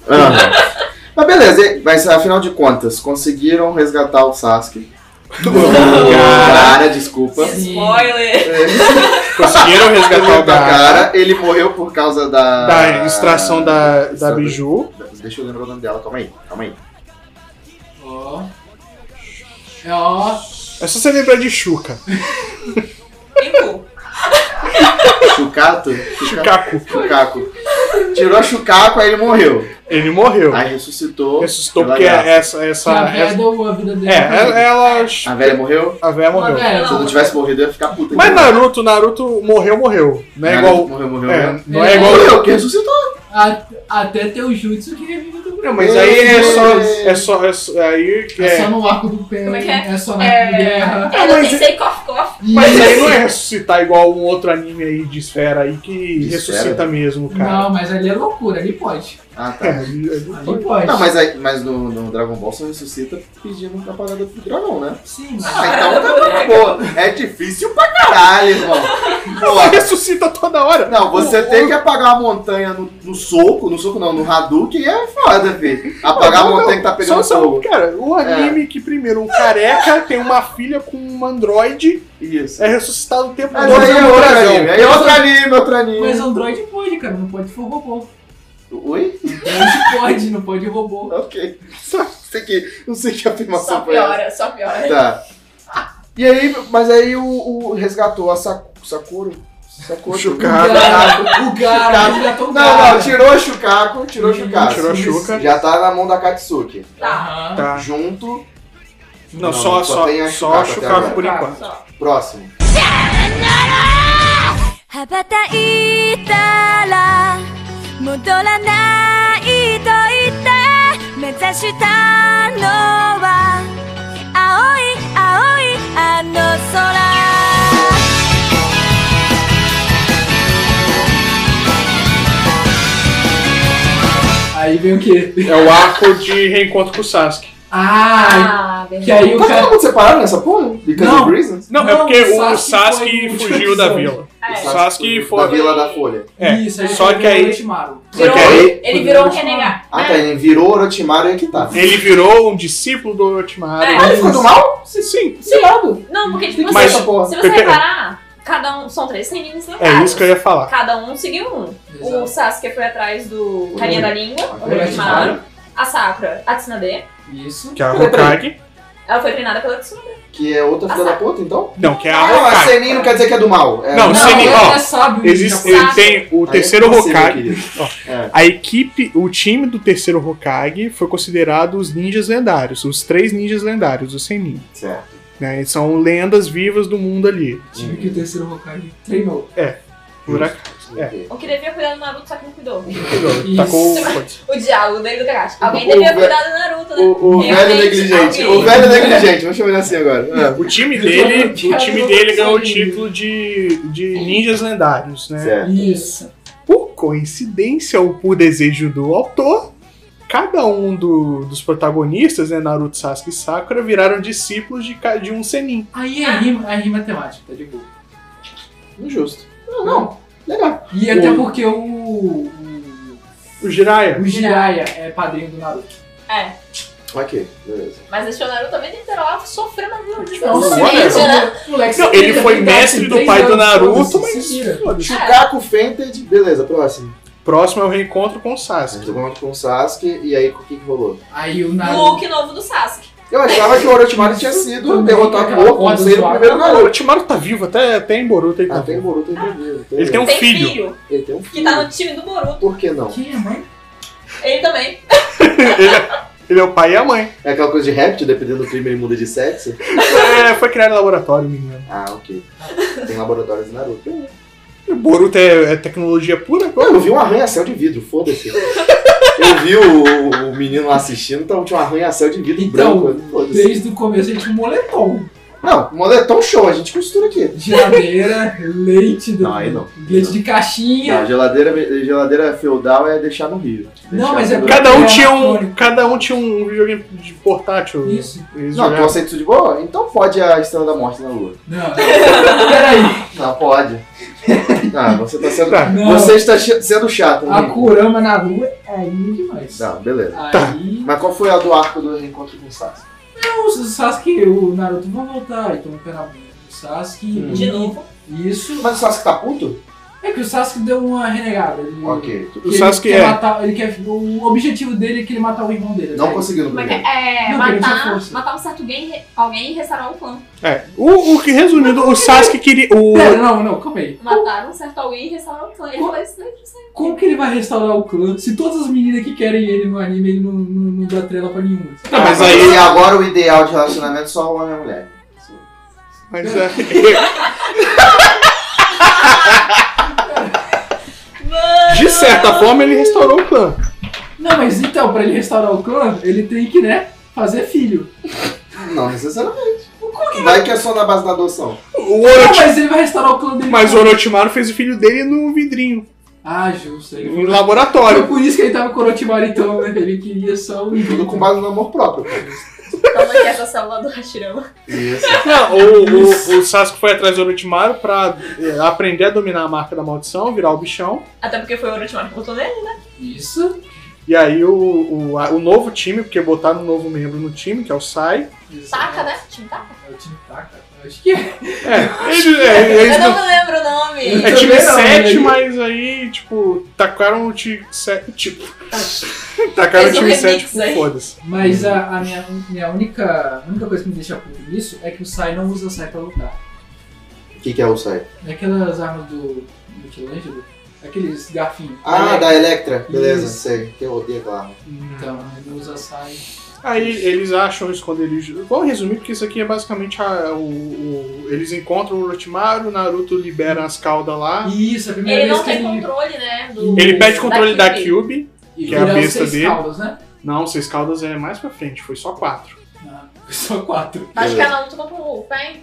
Ah, Mas beleza, e- mas afinal de contas, conseguiram resgatar o Sasuke. Cara, desculpa. Sim. Spoiler! Conseguiram resgatar o Resgatou Gara cara, ele morreu por causa da. da extração da, da extração- Biju. Deixa eu lembrar o nome dela, calma aí, calma aí. Ó. É, ó. É só você lembrar de Shuka. E tu? Chucato? Kaku. Chucaco. Tirou a Chucaco, aí ele morreu. Ele morreu. Aí ressuscitou. é Ressuscitou pela porque graça. essa. essa, a velha essa deu a vida dele. É, é, pra ele. ela, ela- A velha morreu? A velha Uma morreu. velha. Se eu não tivesse morrido, eu ia ficar puta. Mas Então, Naruto, Naruto morreu, morreu. Não é Naruto igual. Morreu, morreu, É, morreu. não é É. igual. Morreu, que ressuscitou. A- até ter o Jutsu que revive do Não, mas aí é só. É só. é só- aí que É só é. no arco do pé. Como é que é? só na arco de guerra. Ela Ah, mas tem sei cof cof. Mas aí não é ressuscitar igual um outro anime aí de esfera aí que De ressuscita esfera? mesmo, cara. Não, mas ali é loucura, ali pode. Ah, É, tá. Ali é- pode. Não, mas, aí, mas no, no Dragon Ball só ressuscita pedindo um a parada pro dragão, né? Sim, Ah, mas. então tá bom. É difícil pra É caralho, irmão. Ela Porra. ressuscita toda hora. Não, você tem que apagar a montanha no, no soco, no soco não, no Hadouken é foda, filho. Apagar a Não, não, montanha que tá pegando só, só- um fogo. Cara, o É. anime que primeiro um careca tem uma filha com um androide, Isso. é ressuscitado o tempo Mas todo. aí é um outro dragão. anime, aí é outro anime, outro anime. Mas Android pode, cara, não pode for robô. Oi? Android pode, não pode robô. Ok. Só sei que, não sei que afirmação Só foi essa. piora, só piora. Tá. E aí, mas aí o, o resgatou a Sa- Sakura. Sakura. Chukara. O Gara, ele Não, tão não, tirou o Shukaku, tirou o Hum, Shukaku. tirou a Shuka. Já tá na mão da Katsuki. Tá. Tá. Junto, Não, Não, só, só só, tem a só Shukaku até Shukaku agora. por enquanto. Só. próximo. 羽ばたいたら戻らないと言って目指したのは青い青いあの空 Aí vem o quê? É o arco de reencontro com o Sasuke. Ah, Ah, que aí o Tá todo cara. mundo separado nessa porra? Because Não. of reasons? Não, Não, é porque o o Sasuke Sasuke foi fugiu da muito vila. É. O Sasuke Da foi. Vila da Folha. É, Isso, aí só ele que aí- Orochimaru. Virou, Porque aí- ele virou um renegar. Ah, tá, ele virou Orochimaru e aqui tá. Ele virou um discípulo do Orochimaru. É. Ah, ele ficou do mal? Sim, sim. Tirado. Não, porque tipo, Mas- se, essa porra. se você Pepe- reparar, cada um. São três ninjas É isso que eu ia falar. Cada um seguiu um. O Exato. Sasuke foi atrás do Carinha da Língua, é o Orochimaru. A Sakura, a Tsunade. Isso. Que é a Hokage. Ela foi treinada pela Tsunade. Que é outra filha da puta, então? Não, que é a Ah, a Hokage. Senin não quer dizer que é do mal. É, Não, Não, Senin- ele ó, é sábio. Existe, ele já ele Hokage. tem o Aí é terceiro possível, Hokage. querido. Ó, É. A equipe, o time do terceiro Hokage foi considerado os ninjas lendários, os três ninjas lendários, os Senin. Certo. Né? Eles são lendas vivas do mundo ali. Tive que o Tipo, terceiro Hokage treinou. Por acaso. É. O que devia cuidar do Naruto, só que não cuidou. Tacou o- O diálogo dele do Kakashi. Alguém O- o devia ve- cuidar do Naruto, né? O, o Minha velho gente, negligente. alguém. O velho negligente. Vamos chamar ele assim agora. O time dele, o time dele ganhou o título de, de ninjas lendários, É. né? Certo. Isso. Por coincidência ou por desejo do autor, cada um do- dos protagonistas, né, Naruto, Sasuke e Sakura, viraram discípulos de, ca- de um Senin. Aí é rima, aí rima é temática, tá de boa. Injusto. Não, não. Legal. E até porque o. o- O Jiraiya. O Jiraiya é padrinho do Naruto. É. Ok, beleza. Mas deixou o Naruto a vida inteira lá sofrendo um whatever. desenvolvimento, né? Moleque, Não, ele foi tá assim, mestre do pai do Naruto, mas. Mentira. foda-se. Shukaku Fainted. Beleza, próximo. Próximo é o reencontro com o Você Sasuke. jogou com o Sasuke e aí o que que rolou? Aí o O Naruto. look novo do Sasuke. Eu achava que o Orochimaru tinha sido Também, derrotado aquela por porra Conselho do no Suave. primeiro Ah, o garoto. Orochimaru tá vivo, até, até em Boruto ele tá Até em vivo. Boruto ele tá vivo. então- Ele tem um Tem filho. filho, Ele tem um filho. que tá no time do Boruto. Por que não? Quem é, mãe? Ele também. Ele é o pai e a mãe. É aquela coisa de réptil, dependendo do clima ele muda de sexo? É, foi criado em laboratório, menino. Ah, ok. Tem laboratórios de Naruto. E Boruto é, é tecnologia pura? Pô, eu vi um arranha-céu de vidro, foda-se. Eu vi o, o menino lá assistindo, então tinha um arranha-céu de vidro Então, branco. Foda-se. Desde o começo ele tinha um moletom. Não, moletom show, a gente costura aqui. Geladeira, leite do. Não, aí não. Leite de caixinha. Não, geladeira, geladeira feudal é deixar no Rio. Não, mas é pendurado. Cada um tinha um, cada um tinha um videogame de portátil. Isso. Eles Não, jogavam. conceito de boa? Então pode a Estrela da Morte na Lua. Não. Peraí. Não, pode. Ah, você tá sendo. Tá. Não. Você está chi- sendo chato, né? A Kurama na rua é lindo demais. Não, beleza. Aí. Mas qual foi a do arco do reencontro com o Sasuke? Tá. Não, o Sasuke e o Naruto vão voltar. Então o cara. O Sasuke. Hum. De novo. Isso. Mas o Sasuke tá puto? É que o Sasuke deu uma renegada. Ele, Ok. O ele Sasuke quer é. matar- ele quer, o objetivo dele é que ele matar o irmão dele. Não né? conseguiu no Como é que é? primeiro. É, Não, ele tinha matar, força. matar um certo alguém, alguém e restaurar um clã. É. O, o que resumindo, o Sasuke queria. O, Pera, não, não, calma aí. Mataram um certo alguém e restaurar um clã. Ele falou isso daí pra você. Como que ele vai restaurar o clã se todas as meninas que querem ele no anime ele não, não, não dá trela pra nenhuma? Não, mas Ah, aí. E agora o ideal de relacionamento é só homem e mulher. Mas é. De certa forma, ele restaurou o clã. Não, mas então, pra ele restaurar o clã, ele tem que, né, fazer filho. Não necessariamente. Vai que é só na base da adoção. O Não, Orochi- mas ele vai restaurar o clã dele. Mas o Orochimaru fez o filho dele no vidrinho, Ah, justo. Ele... em Foi laboratório. por isso que ele tava com o Orochimaru então, né? Ele queria só o... Tudo com base no amor próprio. cara. Então, Como é que é essa célula do Hashirama? Isso. Não, o, o, o Sasuke foi atrás do Orochimaru pra é, aprender a dominar a marca da maldição, virar o bichão. Até porque foi o Orochimaru que botou nele, né? Isso, E aí o, o, a- o novo time, porque botaram um novo membro no time, que é o Sai. isso. Taka, né? Time Taka? É o time Taka. Eu Acho que é. É, eles, é, eles Eu não não- me lembro o nome. é Eu time também não, 7, né? mas aí, tipo, tacaram o time 7. Tipo, tacaram o Fez um time remix 7 com aí. foda-se. Mas a, a minha, minha única, única coisa que me deixa puto nisso é que o Sai não usa Sai pra lutar. O que, que é o Sai? É aquelas armas do Michelangelo, aqueles garfinhos. Ah, Ele- da Electra. Beleza, Isso. sei. Que eu odeio aquela arma. Então, ele não usa Sai. Aí eles acham o esconderijo. Vamos resumir, porque isso aqui é basicamente a- o, o- Eles encontram o Orochimaru, o Naruto libera as caudas lá. Isso, é a primeira Ele vez não que tem ele. controle, né? Do... Ele pede controle da Cube. Cube. e que é a vira os besta seis dele. caudas, né? Não, seis caudas é mais pra frente, foi só quatro. Não, foi Ah, só quatro. Acho que um a Naruto comprou o Pen.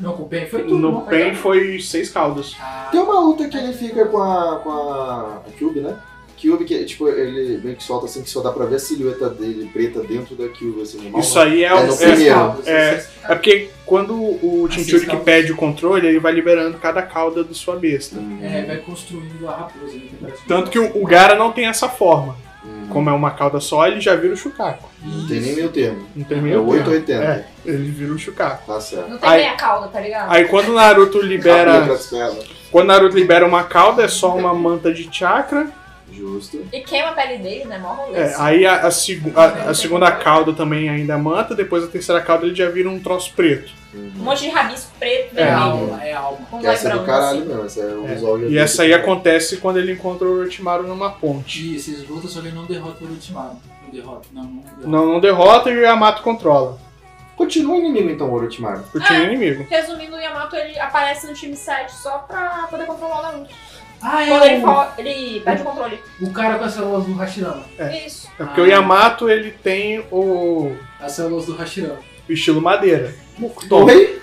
Não, com o Pen foi tudo. No né? PEN foi seis caudas. Ah, Tem uma luta que ele fica com a, com a a Cube, né? Cube que, tipo, ele meio que solta assim, que só dá pra ver a silhueta dele preta dentro da Cube, assim, no Isso aí é, É o. no é, seis primeiro. caudas, é. seis é porque quando o As Tinchuri seis que caudas. pede o controle, ele vai liberando cada cauda da sua besta. Hum, É, vai construindo a raposa. Né, que parece Tanto que o, o uma- Gara não tem essa forma. Hum. Como é uma cauda só, ele já vira o Shukaku. Não hum. tem nem Isso. meio termo. Não tem É meio termo. 880. É, ele vira o Shukaku. Tá certo. Não tem Aí- meia cauda, tá ligado? Aí quando o Naruto Cabelo libera. pras pernas. Quando o Naruto libera uma cauda, é só uma manta de chakra. Justo. E queima a pele dele, né? Mó rolê. É, aí a, a segu- a- a segunda cauda também ainda é manta, depois a terceira cauda ele já vira um troço preto. Um monte de rabisco preto, É vermelho. alma, é alma. Com Que essa é do librão, caralho assim. mesmo. Essa é um É. visual de- E essa aí acontece quando ele encontra o Orochimaru numa ponte. Isso, eles lutam, só que ele não derrota o Ultimato. Não derrota, não, não derrota. Não, não derrota e o Yamato controla. Continua inimigo então, Orochimaru. O time Ah. inimigo. Resumindo, o Yamato ele aparece no time 7 só pra poder controlar o Naruto. Ah, Quando ele, é o, fala, ele perde o controle. o cara com as células do Hashirama. Isso. É porque Ah. o Yamato ele tem o As células do Hashirama. o estilo madeira. Mukton. Oi?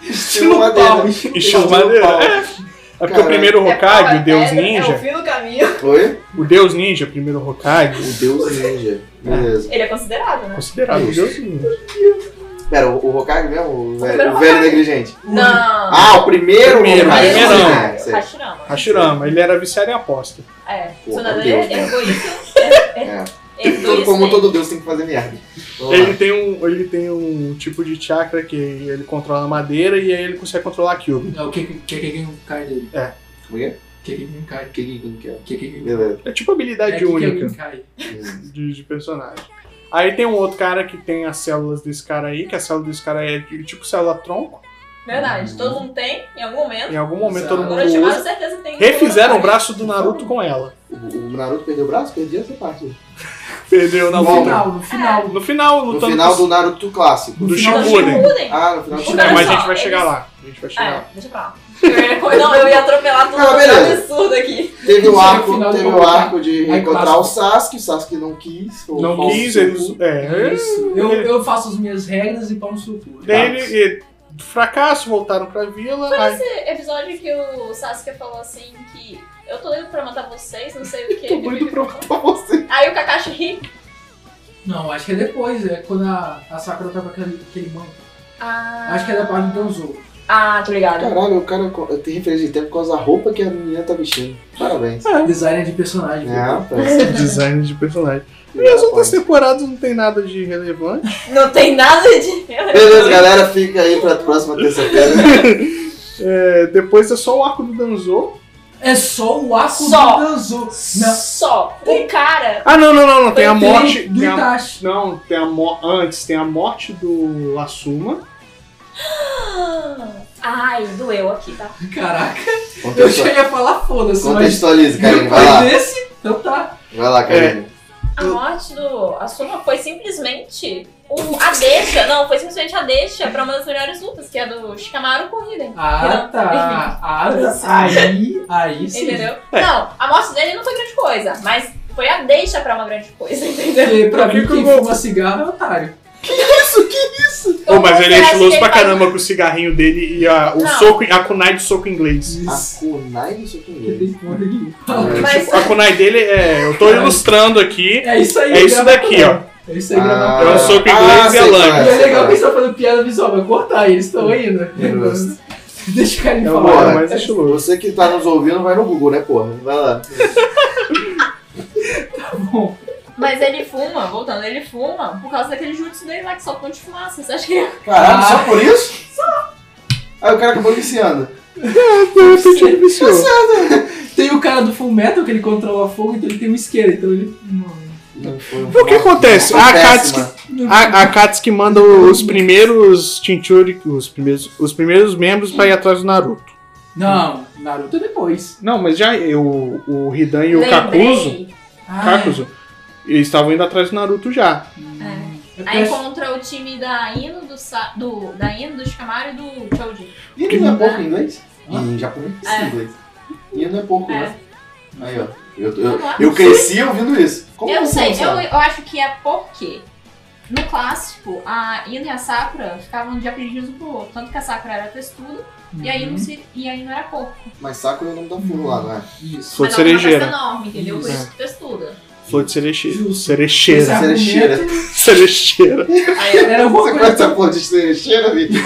Estilo madeira. é pau. Estilo Estilo madeira. pau. É, É porque Caralho. o primeiro Hokage, Hokage, o Deus É o Ninja, fim do caminho. Oi? o Deus Ninja, primeiro Hokage, O Deus Ninja. Beleza. Ele é considerado, né? considerado o Deus Ninja. Pera, o, o Hokage mesmo? O primeiro velho, o velho Hokage. negligente. Não. Ah, o primeiro Primeiro, Hokage. Ah, primeirão. Sim, sim. Hashirama. Hashirama, ele era viciado em aposta. É. Pô, Tsunade meu Deus, né? ergou isso. É. Ergou Todo, isso. como né? todo Deus tem que fazer merda. Vamos lá. Ele tem, um, ele tem um tipo de chakra que ele controla a madeira e aí ele consegue controlar a Kyuubi. É o Kekekin Kai dele. Como é que é? Kekekin Kai. O que que- como que é? Kekekin Beleza. É tipo habilidade única. Kai. Hum. de, de personagem. Aí tem um outro cara que tem as células desse cara aí, que a célula desse cara é de- tipo célula tronco. Verdade. Todo mundo tem, em algum momento. Em algum momento Exato. todo Agora mundo chamaram usa. certeza que tem. Refizeram o braço do Naruto com ela. O, o Naruto perdeu o braço? Perdi essa parte. Perdeu Tá na No Bom. luta. final, no final. No final, No lutando final com- do Naruto clássico. do, no final do Shippuden. Mudem. Ah, no final do Não, É, mas a Naruto. só, gente vai eles- chegar lá. A gente vai chegar É, lá. deixa pra lá. Eu ia- Não, eu ia atropelar tudo. Não, um Ah, beleza. absurdo aqui. Teve o Isso é o arco, final do teve o Naruto. arco de Aí encontrar clássico. o Sasuke, o Sasuke não quis. o Não pau quis, no seu eles. cu. É. Isso. Eu, eu faço as minhas regras e pau no seu cu. Daí ele. e- Fracasso, voltaram pra vila. Foi aí- nesse episódio que o Sasuke falou assim que eu tô doido pra matar vocês, não sei o que. Tô doido pra matar você. Aí o Kakashi ri. Não, acho que é depois. É quando a, a Sakura tá com aquele, aquele manto. Ah, Acho que é da parte do Danzou. Ah, tô ligado. Caralho, o cara co- tem referência de tempo por causa da roupa que a menina tá vestindo. Parabéns. É, Design de personagem. É. rapaz. Design de personagem. E as outras temporadas não tem nada de relevante. Não tem nada de. Beleza, galera, fica aí pra próxima terça-feira. É, depois é só o arco do Danzo. É só o arco Só. do Danzou. Não. Só o cara. Ah, não, não, não, não. Tem a Tem morte. do tem a- Itachi. Não, tem a mo- antes tem a morte do Asuma. Ah, Ai, doeu aqui, tá? Caraca, eu já Contextua- ia falar foda-se, mas Contextualiza, Karine. Vai depois lá. desse, então tá. Vai lá, Karine. A morte do Asuma foi simplesmente um, a deixa. Não, foi simplesmente a deixa pra uma das melhores lutas, que é a do Shikamaru com o Hiden. Ah, Não, tá. Ah, aí, aí sim. Entendeu? Não, a morte dele não foi grande coisa, mas foi a deixa pra uma grande coisa, entendeu? Porque pra Por que mim, que quem eu vou- fuma cigarro é otário. Pô, mas ele é Confesso que estiloso pra faz- caramba com o cigarrinho dele e a, o Não. soco, a kunai do soco inglês. A Kunai do seu Não primeiro. tem porra nenhuma. Mas- Tipo, a kunai dele é. Eu tô Caralho. ilustrando aqui. É isso aí. É É isso grava daqui, tudo. Eu sei gravar Ah. Eu sou com inglês e sei a qual E é Ah, sei legal qual que eles estão fazendo piada visual, vai cortar, e eles estão ainda. Justo. Deixa o cara me É falar. uma hora Porra, mais estiloso. você que tá nos ouvindo, vai no Google, né, porra? Vai lá. Mas ele fuma, voltando, ele fuma por causa daquele jutsu dele lá que solta um monte de fumaça. Você acha que Caralho, Ah. só por isso? Só. Aí o cara acabou viciando. Eu senti ele viciou. Tem o cara do Full Metal que ele controla fogo, então ele tem um isqueiro. Então ele. O que acontece? A Katsuki, Péssima. a, a Katsuki manda os primeiros Chinchuri, os primeiros, os primeiros membros pra ir atrás do Naruto. Não, Naruto é depois. Não, mas já eu, o Hidan e o Kakuzu, Lembrei. Ah, Kakuzu, eles estavam indo atrás do Naruto já. É. é. É Aí porque- contra o time da Ino, do, Sa- do, da Ino, do Shikamaru e do Choji. Ih, não é pouco em inglês? Ih, em japonês É. em inglês. Ih, não é pouco, né? Aí, ó. Eu, eu, Vamos lá. eu cresci ouvindo isso. Como eu você sei, não um eu, sabe? eu acho que é porque no clássico a Ino e a Sakura ficavam de aprendiz um pro outro. Tanto que a Sakura era testudo e a Uhum. Ino, se, e a Ino era corpo. Mas saco eu não dá furo lá, não é? Isso. Flor de Mas ela era uma cerejeira. peça enorme, entendeu? Por Isso. isso que testuda. Flor de cerecheira. Justo. Esse Cerecheira. argumento- Cerecheira. Cerecheira. Era alguma Você coisa- conhece a flor é de cerecheira, Vitor?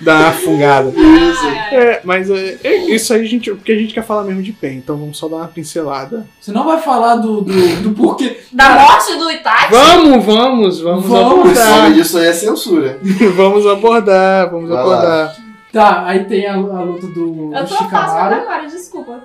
Dá uma fungada. Ai, ai. É, mas é, é isso aí, gente, porque a gente quer falar mesmo de Pen, então vamos só dar uma pincelada. assim. Você não vai falar do, do, do porquê. Da morte do Itachi? Vamos, vamos, vamos, Vamos. O nome abordar. disso aí é censura. vamos abordar, vamos Vai lá. abordar. Tá, aí tem a, a luta do, Eu do tô fácil Shikamaru. agora, desculpa.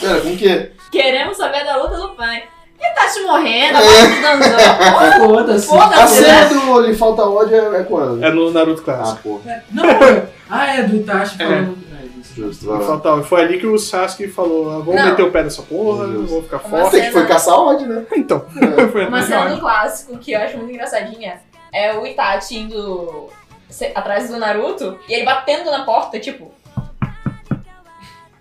Pera, com o quê? Queremos saber da luta do pai. E tá te morrendo, a morte do Danzão. Foda-se. A Foda-se, né? cena do lhe falta ódio é, é quando? É no Naruto Ah, Clássico. pô. Não, é- ah, é do Itachi falando. É. isso. Justo, Ele vai lá. falou, "Tá, foi ali que o Sasuke falou, ah, vamos Não. meter o pé nessa porra, Meu Deus. vamos ficar Uma forte. Você que foi caçar ódio, né? Então, foi Uma até cena ótimo. do clássico que eu acho muito engraçadinha é o Itachi indo se- atrás do Naruto e ele batendo na porta, tipo.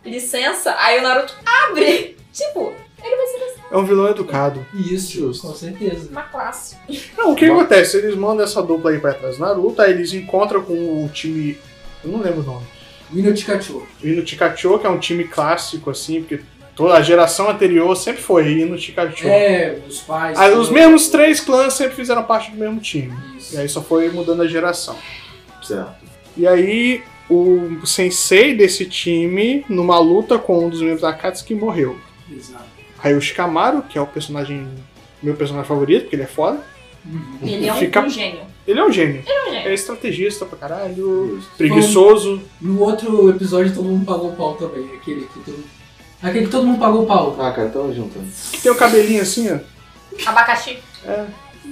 Licença, aí o Naruto abre. Tipo, ele vai ser É um vilão educado. Isso, com certeza. uma classe. Não, o que acontece? Eles mandam essa dupla aí pra trás do Naruto, aí eles encontram com o time. Eu não lembro o nome. Minoticachu. O Ino Chikachu, que é um time clássico, assim, porque toda a geração anterior sempre foi Ino Chikachu. É, os pais. Aí, tudo. os mesmos três clãs sempre fizeram parte do mesmo time. Isso. E aí só foi mudando a geração. Certo. E aí o sensei desse time, numa luta com um dos membros da Katsuki, morreu. Exato. Aí o Shikamaru, que é o personagem. meu personagem favorito, porque ele é foda. Uhum. Ele é um, Fica- um gênio. Ele é um gênio. Ele é um É gênio. estrategista pra caralho. Justo. Preguiçoso. No outro episódio todo mundo pagou pau também. Aquele que todo, aquele que todo mundo pagou pau. Ah, cara, tamo junto. Não Que tem o cabelinho assim, ó. Abacaxi.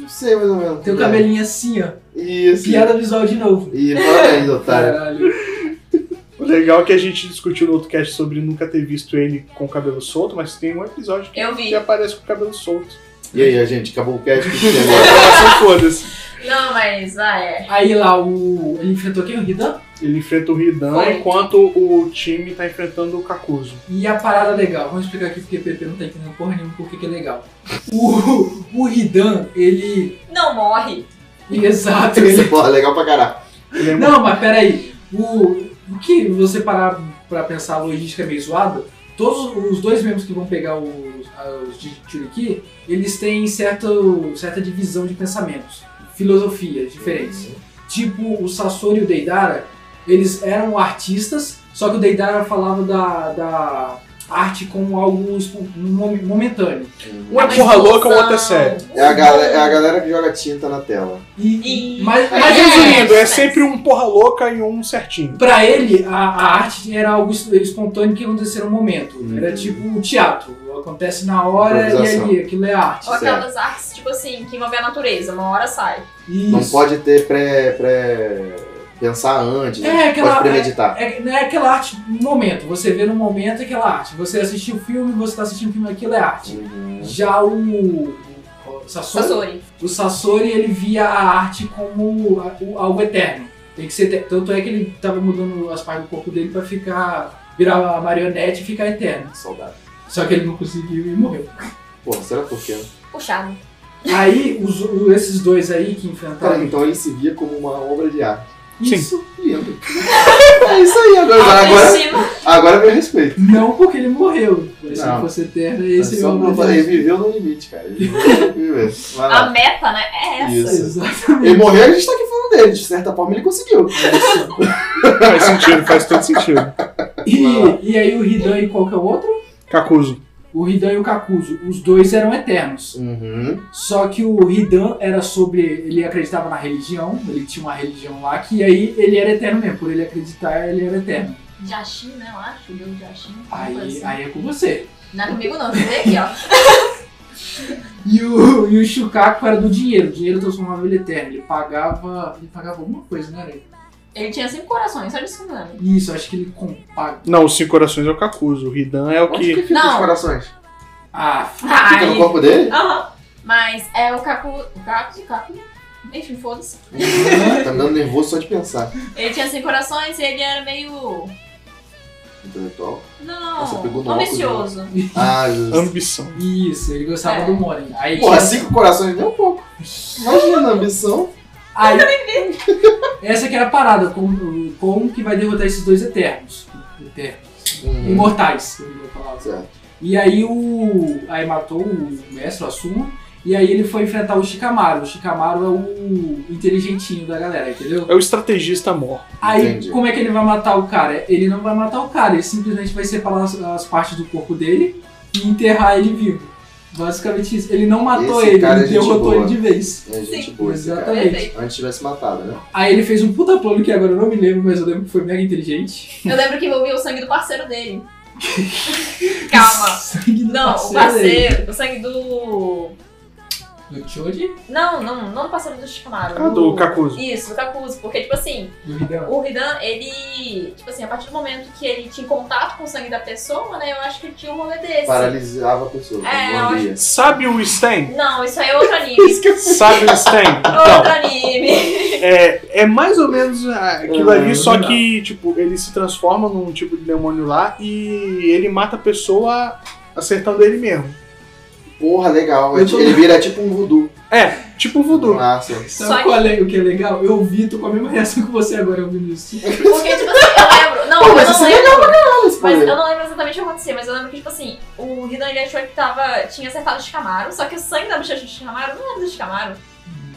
sei mais ou menos. É. Tem o cabelinho assim, ó. é. Isso. Piada visual de novo. E parabéns, Tá. otário. Caralho. O legal é que a gente discutiu no outro cast sobre nunca ter visto ele com o cabelo solto, mas tem um episódio que Eu vi. ele aparece com o cabelo solto. E aí, a gente, acabou o cast que é chegou. Nossa, foda-se. Não, mas ah, é. Aí lá o. Ele enfrentou quem? O Hidan? Ele enfrenta o Hidan Foi. enquanto o time tá enfrentando o Kakuzu. E a parada legal, vamos explicar aqui porque o PP não tá entendendo porra nenhuma porque que é legal. O, o Hidan, ele. Não morre. Exato, ele. Isso, Porra, legal pra caralho. Ele é muito- Não, mas peraí. O, o que você parar pra pensar a logística é meio zoada, todos os dois membros que vão pegar os, a- os de Churiki, eles têm certo, certa divisão de pensamentos, filosofias diferentes. Tipo, o Sasori e o Deidara, eles eram artistas, só que o Deidara falava da, da arte como algo espon- mom- momentâneo. Um é porra louca, o outro é sério. Uh, É a, galera, é a galera que joga tinta na tela. E, E- mas, assim, Mas mas É, resumindo, é mas- sempre um porra louca e um certinho. Pra ele, a, a arte era algo es- espontâneo que acontecia no momento. Uhum. Era tipo o teatro. Acontece na hora e Improvisação. ali, aquilo é arte. Ou aquelas artes, tipo assim, que envolvem a natureza. Uma hora sai. Isso. Não pode ter pré. pré... pensar antes. É, né? aquela- Pode premeditar. É, não é aquela arte no momento. Você vê no momento é aquela arte. Você assistiu o filme, você tá assistindo o filme, aquilo é arte. Uhum. Já o, o Sassori, Sasori. o Sassori, ele via a arte como a- o- algo eterno. Tem que ser eterno. Tanto é que ele tava mudando as partes do corpo dele pra ficar... virar a marionete e ficar eterno. Saudade. Só que ele não conseguiu e morreu. Porra, será por quê? né? Puxado. Aí, os- o- esses dois aí que Cara, enfrentaram. então ele se via como uma obra de arte. Sim. Isso. Lindo. É isso aí, Ah, agora. Agora, Autoestima. agora é meu respeito. Não porque ele morreu. Mas se Não. ele fosse eterno, esse é Só o pra meu falar, ele presente. viveu no limite, cara. Ele viveu, viveu. Vai lá. Ah, A meta, né? É essa. Isso. Exatamente. Ele morreu e a gente tá aqui falando dele. De certa forma ele conseguiu. Faz sentido, faz todo sentido. E, e aí o Hidan e qual que é o outro? Cacuso. O Hidan e o Kakuzu. Os dois eram eternos. Uhum. Só que o Hidan era sobre. Ele acreditava na religião, ele tinha uma religião lá, que aí ele era eterno mesmo. Por ele acreditar, ele era eterno. Jashin, né? Eu acho. Deu Jashin. alguma coisa Aí, assim. aí é com você. Não é comigo não, você vê aqui, ó. E o, e o Shukaku era do dinheiro. O dinheiro transformava ele eterno. Ele pagava. Ele pagava alguma coisa, não era? Ele tinha cinco corações, só disso mesmo. Isso, acho que ele compagava. Não, os cinco corações é o Cacuso. O Ridan é o Onde que. que fica Não. os corações? Fica Ah, no corpo dele? Aham. Mas é o Kaku. O Kaku. Kaku. Enfim, foda-se. tá me dando nervoso só de pensar. Ele tinha cinco corações e ele era meio. Intelectual. Nossa, pegou no Não, óculos, ambicioso. Ah, Jesus. Ambição. isso, ele gostava É. do Moren. Aí, Porra, tinha- cinco corações nem um pouco. Imagina a ambição. aí Essa que era a parada, como, como que vai derrotar esses dois eternos. Eternos. Uhum. Imortais, que eu ia falar. Certo. E aí o. Aí matou o mestre, o Asuma. E aí ele foi enfrentar o Shikamaru. O Shikamaru é o inteligentinho da galera, entendeu? É o estrategista mor. Aí Entendi. como é que ele vai matar o cara? Ele não vai matar o cara, ele simplesmente vai separar as, as partes do corpo dele e enterrar ele vivo. Basicamente isso. Ele não matou Esse ele, cara ele é gente derrotou boa. ele de vez. É gente Sim, boa esse cara. exatamente. Perfeito. Antes tivesse matado, né? Aí ele fez um puta plano que agora eu não me lembro, mas eu lembro que foi mega inteligente. Eu lembro que envolvia o sangue do parceiro dele. Calma. Sangue do Não, o dele. parceiro. O sangue do. Do Choji? Não, não, não do parceiro do Shikamaru. Ah, do Kakuso. Isso, do Kakuzu. Porque, tipo assim, Do Hidan. O Ridan, ele, tipo assim, a partir do momento que ele tinha contato com o sangue da pessoa, né, eu acho que ele tinha um rolê desse. Paralisava a pessoa. É, eu morria. Sabe o Sten? Não, isso aí é outro anime. Sabe o Sten? Então, outro anime. é, é mais ou menos ah, aquilo É, ali, só não. que, tipo, ele se transforma num tipo de demônio lá e ele mata a pessoa acertando ele mesmo. Porra, legal. Eu tô- Ele vira tipo um voodoo. É, tipo o voodoo. Nossa. Sabe Só qual é, o que é legal? Eu vi, tô com a mesma reação que você agora ouvindo isso. Porque, tipo assim, eu lembro. Não, Pô, mas eu isso não é lembro. Esse Mas poder. eu não lembro exatamente o que aconteceu, mas eu lembro que, tipo assim, o Ridan ele achou que tava, tinha acertado o Shikamaru, só que o sangue da bochecha do Shikamaru não era do Shikamaru.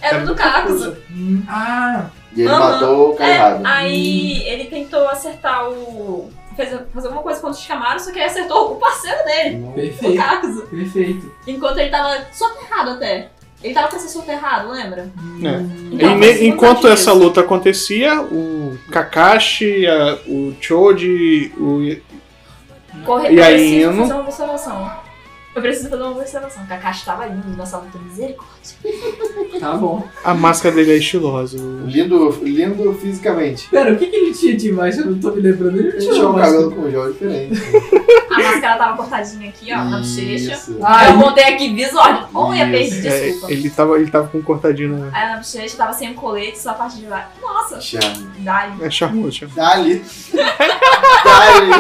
Era É do Kakuzu. Hum, ah, E ele Aham. matou o cara É, errado. aí ele tentou acertar o. Fez, fazer alguma coisa contra o Shikamaru, só que ele acertou o parceiro dele, Hum, o perfeito, Kakuzu. perfeito. Enquanto ele tava soterrado até. Ele tava com esse soterrado, lembra? É. Hum, Então, E mas ne- não enquanto faz essa isso. luta acontecia, o Kakashi, a- o Choji, o... Uhum. Corre, E eu aí, preciso eu não- fazer uma observação. Eu preciso fazer uma observação. Kakashi tava lindo nessa luta, misericórdia. Tá bom. a máscara dele é estilosa. Lindo, lindo fisicamente. Pera, o que, que ele tinha demais? Eu não tô me lembrando. Ele não Ele tinha tinha um mais- cabelo com um gel diferente. A máscara tava cortadinha aqui, ó, na bochecha. Isso. Ah, eu montei aqui, visual. Ou ia Isso, perder, É, desculpa. ele, tava, ele tava com um cortadinho na... Aí na bochecha tava sem o colete, só a parte de baixo. Nossa, Charme. dali. É charmoso. Dali. Dali.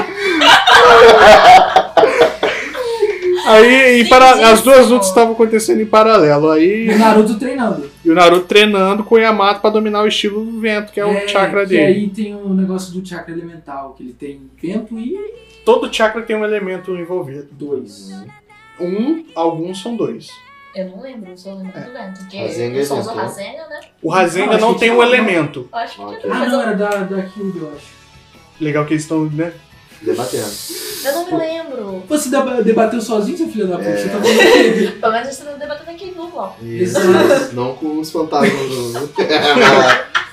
Aí, e para- Sim, as sim, duas sim. lutas estavam acontecendo em paralelo. Aí, E o Naruto treinando. e o Naruto treinando com o Yamato pra dominar o estilo do vento, que é o chakra que dele. aí tem o negócio do chakra elemental, que ele tem vento e Todo chakra tem um elemento envolvido. dois. é. Um, alguns são dois. Eu não lembro, eu só É. lembro do lento. Porque Rasengan eu só uso inventou. Rasengan, né? O Rasengan Não, acho não que tem tinha um um, né? elemento. Eu acho que um- Ok. não, Ah, mas não, eu, era da, da Kyuubi, eu acho. Legal que eles estão, né? Debatendo. eu não me lembro. Você deba- debateu sozinho, seu filho da puta? É. Você tá falando comigo. Pelo menos a gente tá debatendo aqui no bloco. Isso. Exato. Não com os fantasmas. do-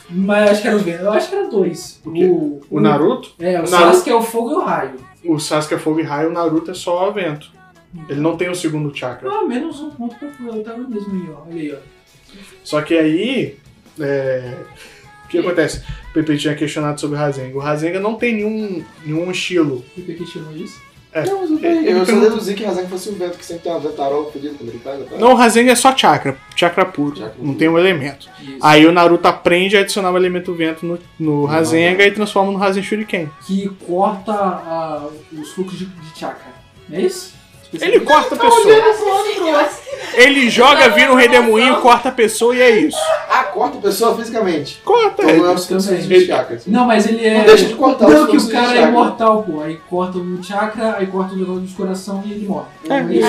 Mas acho que era o vento. Eu acho que era dois. O quê? O Naruto, É, Naruto. o Sasuke é o fogo e o raio. o Sasuke é fogo e raio, o Naruto é só vento. Ele não tem o segundo chakra. Ah, menos um ponto pra protagonismo aí, ó. Olha aí, ó. Só que aí, é, o que acontece? O Pepe tinha questionado sobre o Rasengan. O Rasengan não tem nenhum, nenhum estilo. O que que chamou isso? Não, mas eu falei, Ele É, Eu só perguntou- deduzi que Razak fosse o vento que sempre tem uma ventarola fodida quando ele pega. tá? Não, o Rasengan é só chakra, chakra puro, Chakra não puro. tem um elemento. Isso. Aí o Naruto aprende a adicionar o elemento vento no, no Rasengan e transforma no Rasen Shuriken. Que corta ah, os fluxos de, de chakra. Não é isso? Ele corta a pessoa. Ele joga, vira um redemoinho, corta a pessoa e é isso. Ah, corta a pessoa fisicamente. Corta. Como é os canções de Ele- chakras. Não, mas ele é. Não deixa de cortar os Não, que canções o de cara é chakra. imortal, pô. Aí corta um chakra, aí corta o negócio do coração e ele morre. É, Não isso.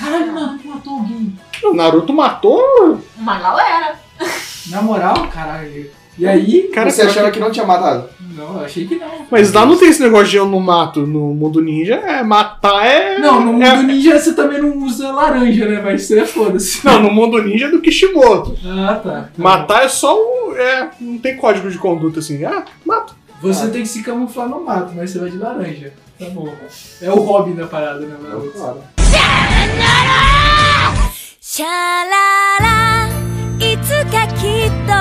Caralho, o Naruto matou alguém. O Naruto matou. Uma galera. Na moral, caralho. E aí. Cara, é Você achava que não tinha matado? Não, eu achei que não. Mas lá não tem esse negócio de eu não mato. No mundo ninja, é matar é. Não, no mundo é- ninja você também não usa laranja, né? Mas você é foda-se. Não, no mundo ninja é do Kishimoto. Ah, tá. Matar é só o. É, não tem código de conduta assim. Ah, mato. Você tem que se camuflar no mato, mas você vai de laranja. Tá bom. É o hobby da parada, né, Não, Naruto? claro. シャララいつかきっと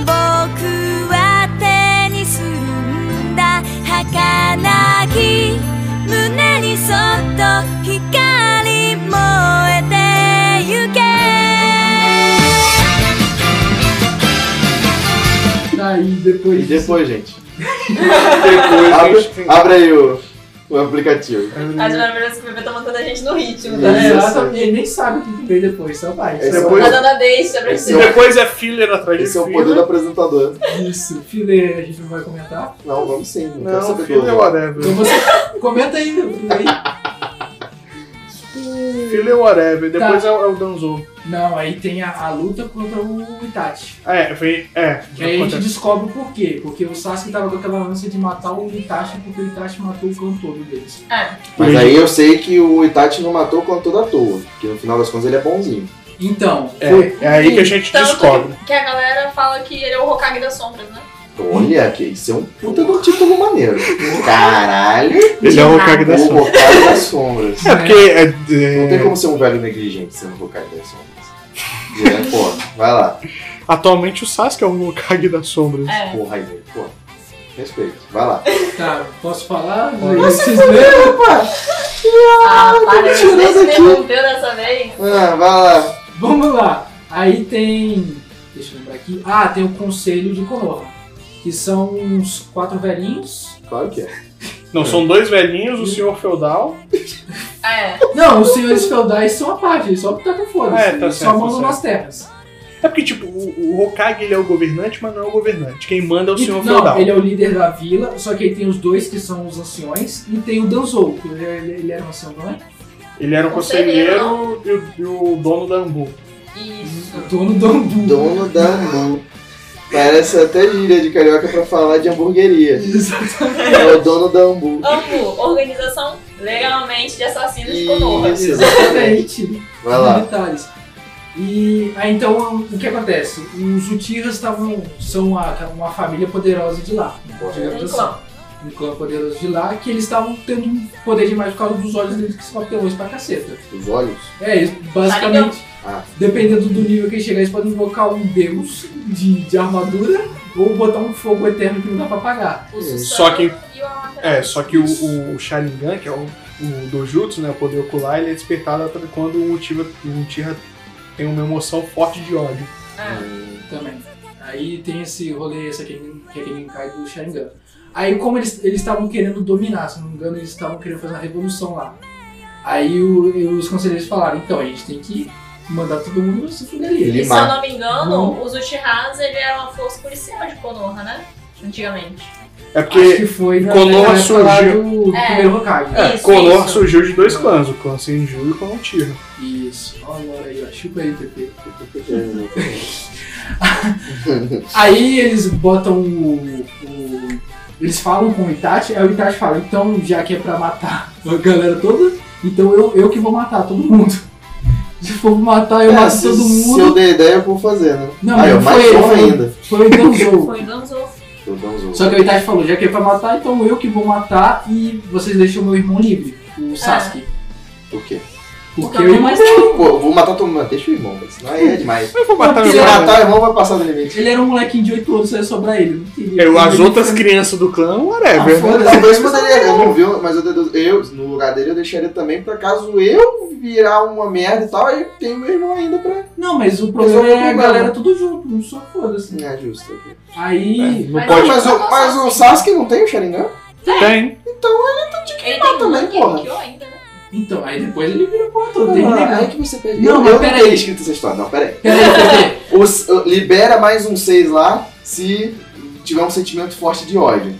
僕は手にするんだ儚き胸にそっと光燃えてゆけ Daí E Tá depois. depois, gente? Depois. Abre, abre aí o, o aplicativo. As maravilhosas que o bebê tá mantendo a gente no ritmo, tá É, vendo? Isso. exatamente. Ele nem sabe o que que vem depois, só vai. Esse só é o- Tá dando a deixa pra Esse E é gente. o- depois é filler atrás de Esse é o filler. poder do apresentador. vai. Isso. Filler, a gente não vai comentar. Não, vamos sim. Não, quero Não, saber filler é tudo. whatever. Então você. Comenta aí, meu filho, aí. Filler é whatever. Depois Tá. é, o- é o Danzo. Não, aí tem a, a luta contra o Itachi. É, foi. É. Que aí a gente acontece. descobre o porquê. Porque o Sasuke tava com aquela ânsia de matar o Itachi porque o Itachi matou o clã todo deles. É. Mas aí eu sei que o Itachi não matou o clã todo à toa. Porque no final das contas ele é bonzinho. Então, É, é aí que a gente Tanto descobre. Então, que- que a galera fala que ele é o Hokage das sombras, né? Olha, que isso é um puta do título maneiro. Caralho. Ele é o Hokage da O Sombra. Hokage das sombras. É porque Não é, tem é, como ser um velho negligente sendo Hokage das sombras. É, pô, vai lá. atualmente o Sasuke é o Hokage da Sombra. É. Porra, aí, pô. Respeito, vai lá. tá, posso falar? Vocês lembram? Ah, para, me tá tirando você se aqui. devolveu dessa vez. Ah, vai lá. Vamos lá. Aí tem. Deixa eu lembrar aqui. Ah, tem o Conselho de Konoha. Que são uns quatro velhinhos. Claro que é. Não, são dois velhinhos, o senhor feudal. É. Não, os senhores feudais são a parte, eles só tá com foda. É, tá eles certo, só mandam tá nas terras. É porque, tipo, o, o Hokage ele é o governante, mas não é o governante. Quem manda é o E- senhor não, feudal. ele é o líder da vila, só que aí tem os dois que são os anciões e tem o Danzou, que ele, ele, ele era um ancião, não é? Ele era um Conselheiro, conselheiro e o, e o dono da Ambu. Isso. O dono do Ambu. Dono da mão. Parece até gíria de carioca pra falar de hamburgueria. É o dono da hamburgo. Amo, organização legalmente de assassinos de Konoha. Isso, exatamente. Exatamente. Vai lá. militares. E aí então o que acontece? Os Uchihas estavam são uma, uma família poderosa de lá, digamos Um assim. clã. um clã poderoso de lá que eles estavam tendo um poder demais por causa dos olhos deles que são apelões pra caceta. Os olhos. É, eles, basicamente, Ah. dependendo do nível que eles chegar, eles podem invocar um deus de, de armadura ou botar um fogo eterno que não dá pra apagar. O Susanoo Só que- E o Amaterasu. É, só que o, o Sharingan, que é o, o Dojutsu, né, o poder ocular, ele é despertado atra- quando um Uchiha, um Uchiha tem uma emoção forte de ódio. É. também. Aí tem esse rolê, esse aqui que é quem cai do Sharingan. Aí como eles eles estavam querendo dominar, se não me engano, eles estavam querendo fazer uma revolução lá. Aí o- e os conselheiros falaram, então a gente tem que mandar todo mundo se fuder ali. E se Limar. eu não me Uhum. engano, os Uchihas ele era uma força policial de Konoha, né? Antigamente. É Acho porque que foi na, Konoha na época lá surgiu. do, do É. primeiro Hokage. é, Isso, Konoha isso. surgiu de dois clãs, o clã Senju e o clã Uchiha. Isso, olha agora aí, ó. chupa aí, Pepe. Aí eles botam o, o- Eles falam com o Itachi, aí o Itachi fala, então já que é pra matar a galera toda, então eu, eu que vou matar todo mundo. Se for matar, eu É, mato se, todo se eu mundo. der ideia, eu vou fazer, né? Não, Aí, não ó, foi mais ele, um foi ele. ainda. Foi o Danzou. Uhum. Foi Danzo. Então dá uns outros. Só que o Itachi falou, já que é pra matar, então eu que vou matar e vocês deixam meu irmão livre, o Sasuke. Por quê? Porque Então, eu irmão mas- Pô, vou matar todo mundo. Deixa o irmão, mas senão aí é demais. Eu vou matar meu Se você irmão. matar o irmão, vai passar do limite. Ele era um molequinho de 8 anos, só ia sobrar ele. Não teria. Eu, as Ele outras foi- crianças do clã, Ah, whatever. né? foda-se. Talvez poderia, tá eu não vi, mas eu, deduzo- eu, no lugar dele, eu deixaria também, pra caso eu virar uma merda e tal, aí tem meu irmão ainda pra. Não, mas o problema Resolveu é a o problema. galera tudo junto, não só foda-se. É justo. É. Aí. Não Mas- pode. mas, o, mas o Sasuke não tem o Sharingan? Tem. Ele também, tem porra. um Kyo ainda, né? Então, aí depois ele vira porra toda, tem que Não, Ah. negar. Ah, aí que você perde. Não, Não, mas eu não pera teria aí. escrito essa história. Não, peraí. Peraí, peraí. Os- libera mais um 6 lá se tiver um sentimento forte de ódio.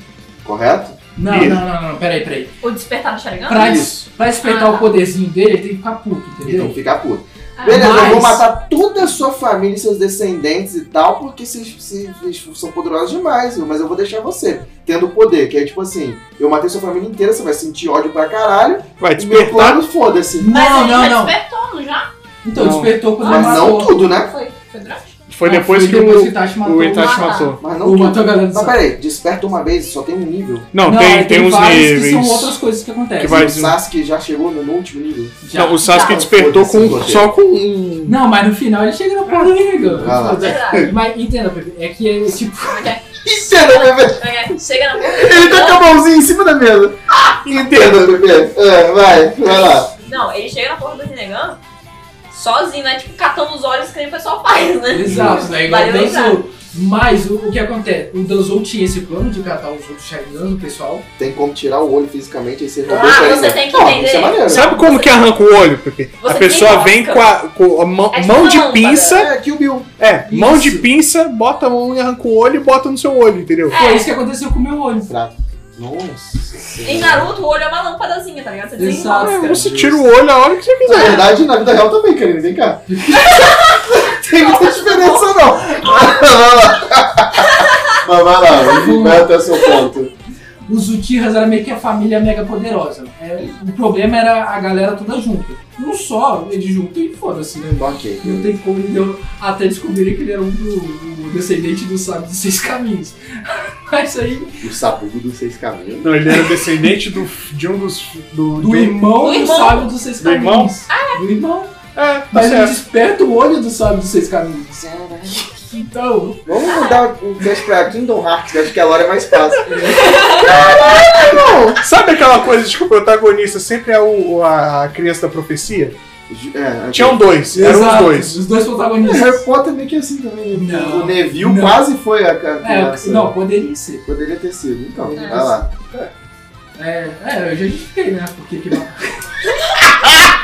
Correto? Não, Isso. não, não, não, peraí, peraí. O despertar do Sharingan? Pra, Isso. pra despertar Ah. o poderzinho dele, ele tem que ficar E puto, tem que Então. entendeu? ficar Então puto. Ah, Beleza, eu vou mas- matar toda a sua família e seus descendentes e tal, porque vocês, vocês são poderosos demais, mas eu vou deixar você. Tendo poder, que é tipo assim, eu matei sua família inteira, você vai sentir ódio pra caralho, Vai e meu despertar. plano, foda-se. Mas Não, ele não, já não. despertou, não já? Então, Não. despertou quando ele Mas matou. não tudo, né? Foi, foi durante? Foi Não, depois foi que depois o, que o Itachi matou. o Itachi Ah, tá. matou. Mas não Ou matou a tudo. galera do Mas Sasaki. peraí, desperta uma vez, só tem um nível. Não, Não, tem, aí tem uns vários níveis. que são outras coisas que acontecem. que vai- então, O Sasuke já chegou no último nível. Já. Não, o Sasuke Não, despertou foda-se, com, foda-se. só com um. Não, mas no final ele chega na porra do negão. Ah, lá. Verdade. Mas entenda, Pepe, é que é tipo. Entenda, bebê! Ok, É Chega na boca. Ele tá com a mãozinha em cima da mesa. Ah, Entenda, bebê. É, vai, vai lá. Não, ele chega na porra do Rinnegan sozinho, né? Tipo, catando os olhos que nem o pessoal faz, né? Exato, né? Igual o Valeu lembrar. Danzou. Mas o, o que acontece? O Danzou tinha esse plano de catar os outros Sharingan, o pessoal. Tem como tirar o olho fisicamente, aí você roubou Ah, o Sharingan. você tem que Pô, entender. Isso é maneiro. Sabe como que arranca o olho, Pepe? Você a pessoa tem vem rosca. com a, com a mão, É tipo mão uma de lâmpada. pinça. É, Kill Bill. É, mão de Isso. pinça, bota a mão e arranca o olho e bota no seu olho, entendeu? É. Foi isso que aconteceu com o meu olho. Fraco. Então, Nossa. Em Naruto, o olho é uma lâmpadazinha, tá ligado? Você desenrola. Exato. É, você tira o olho a hora que você Na quiser. verdade, na vida real também, Karine, vem cá. tem muita diferença, não. Vai lá. Mas vai lá, vai até o seu ponto. Os Uchihas era meio que a família mega poderosa. É, o problema era a galera toda junta. Um só, ele junta e foda-se, né? Ok. Não tem como ele deu até descobrir que ele era um do, o descendente do sábio dos seis caminhos. Mas aí, O sabugo dos seis caminhos. Não, ele era descendente do, de um dos. Do, do de um- irmão Do do, irmão. Ah, sábio dos seis Do irmão? caminhos. Do irmão. É, tá Mas ele certo. desperta o olho do sábio dos seis caminhos. Então, Vamos mudar o teste pra Kingdom Hearts, que eu acho que a Lore é mais fácil. Caraca, não! Sabe aquela coisa de que o protagonista sempre é o, o- a criança da profecia? É, Tinham dois, eram os exato, dois. Os dois protagonistas. Harry Potter meio que assim também. né? Não. o Neville Não. quase foi a ca- É, criança. não, poderia ser. Poderia ter sido. Então, É. vai lá. É, é, eu já justifiquei, né? Porque que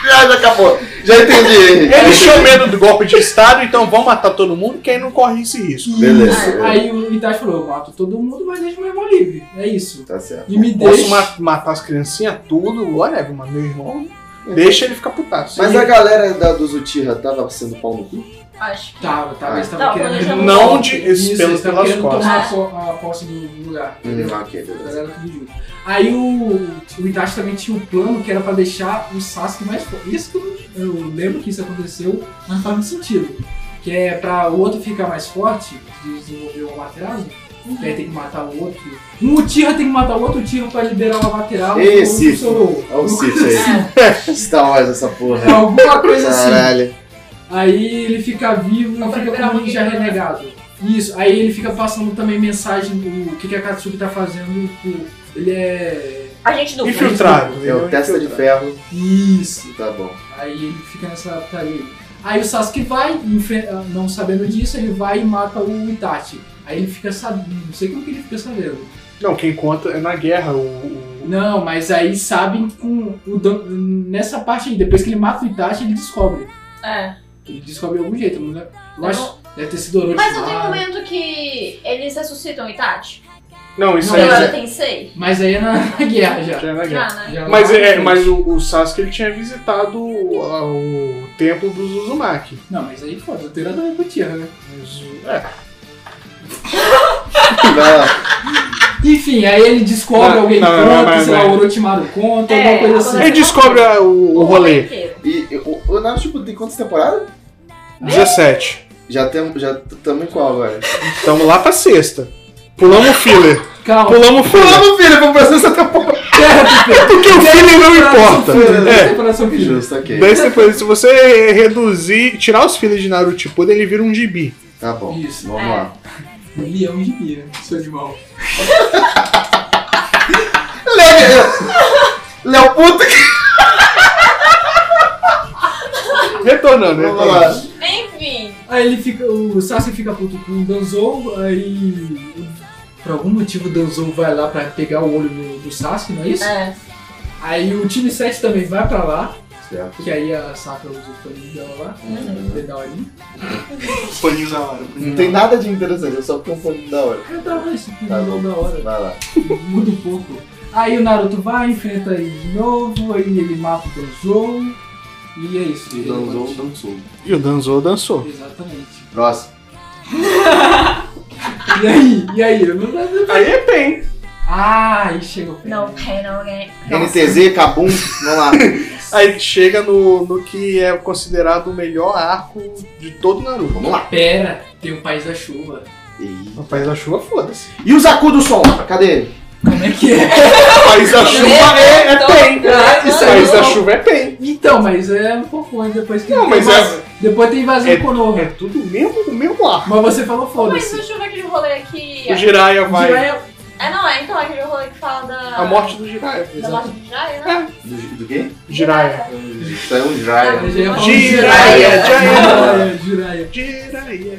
Já, já acabou. Já entendi. Henrique. Eles tinham medo do golpe de Estado, então vão matar todo mundo, que aí não corre esse risco. Beleza. Aí o Itachi falou, eu mato todo mundo, mas deixa meu irmão livre. É isso. Tá certo. E me Posso deixa. ma- matar as criancinhas, tudo, whatever, mas meu irmão, deixa ele ficar putaço. Mas a galera da, dos Uchiha tava sendo pau no cu? Acho que. Tava, Tá, tava, eles estavam Tava querendo. planejando Não de- Isso, pelas- eles estavam pelas querendo costas. tomar a po- a posse do lugar. Hum. entendeu? ok, A beleza. galera tudo junto. Aí o, o Itachi também tinha um plano que era pra deixar o Sasuke mais forte. Isso que eu, eu lembro que isso aconteceu, mas não faz muito sentido. Que é pra o outro ficar mais forte, desenvolver o Amaterasu, que aí tem que matar o outro. Um Uchiha tem que matar o outro Uchiha pra liberar o Amaterasu. Ê, ou o Sif. Sorou. Olha o Sith aí. Star Wars essa porra. É alguma coisa assim. Caralho. Aí ele fica vivo Só e pra fica liberar como um ninja alguém. renegado. Isso, aí ele fica passando também mensagem do o que, que a Katsuki tá fazendo. pro- Ele é. A gente dupla. Infiltrado. É o testa de ferro. Isso. Tá bom. Aí ele fica nessa putaria. Aí o Sasuke vai, enfre- não sabendo disso, ele vai e mata o Itachi. Aí ele fica sabendo, não sei como que ele fica sabendo. Não, quem conta é na guerra. O, o- Não, mas aí sabem com o Dan- nessa parte aí, depois que ele mata o Itachi, ele descobre. É. Ele descobre de algum jeito, não é? Eu Eu acho, deve ter sido Orochi. Mas não tem um lá. momento que eles ressuscitam o Itachi? Não, isso Não, aí agora já, tem sei. Mas aí é na, na guerra já. já é na guerra. Já, né? Já Mas, lá na é, frente. mas o, o Sasuke ele tinha visitado o, a- o templo dos Uzumaki. Não, mas aí foda, não tem nada a ver com o Tierra, né? Mas, é, Vai lá. Enfim, aí ele descobre, Não, alguém não, não, conta, não, é. não, sei lá, não. o Orochimaru conta, É, alguma coisa agora- assim. Ele descobre a- o, o rolê. inteiro. E o, o Naruto tipo, tem quantas temporadas? 17. Já temos. Já estamos em qual agora? Estamos lá pra sexta. Pulamos o filler. Calma, Pulamos o filler. Pulamos, filho, vamos pra essa temporada. Porque o filler não importa. É. Separação filho. Justo, ok. Daí você foi- se você reduzir, tirar os fillers de Naruto Shippuden, ele vira um gibi. Tá bom. Isso. Vamos lá. Um leão de mira, seu de mal. Léo, Léo puta que. Retornando, É, Vamos lá. retornando. Enfim. Aí ele fica. O Sasuke fica puto com o Danzou, aí. Por algum motivo o Danzou vai lá pra pegar o olho do, do Sasuke, não é isso? É. Aí o time 7 também vai pra lá, Certo. que aí a Sakura usa o paninho dela lá, Uhum. o pedal ali. Paninho da hora. Não tem nada de interessante, é só porque é um pouco da hora. Eu tava esse filme Tá bom. é da hora, Vai lá. muda um pouco. Aí o Naruto vai, enfrenta ele de novo, aí ele mata o Danzou, e é isso. ele Danzou, bate. dançou. E o Danzou dançou. Exatamente. Próximo. E aí? E aí? Eu não- Aí é bem. Ah, aí chegou. Não, pé, não, é. NTZ, Kabum, vamos lá. Aí chega no, no que é considerado o melhor arco de todo Naruto. Vamos lá. Pera, tem o País da Chuva. E, Rapaz da chuva, foda-se. e o Zaku do Sol? Cadê ele? Como é que é? Rapaz da chuva é, é pen. Ah, Isso aí, da chuva é pen. Então, mas é um pouco antes depois que Não, tem mas invas- depois tem invasão É- Konoha. É tudo o mesmo, o mesmo arco. Mas você falou Mas foda-se. deixa eu ver aquele rolê que. O Jiraiya vai. Jiraiya- É, não, é então aquele rolê que fala da. A morte do Jiraiya. Da morte do Jiraiya, né? Do, do quê? Jiraiya. Isso é um Jiraiya. eu já ia falar Jiraiya, Jiraiya, Jiraiya. Jiraiya.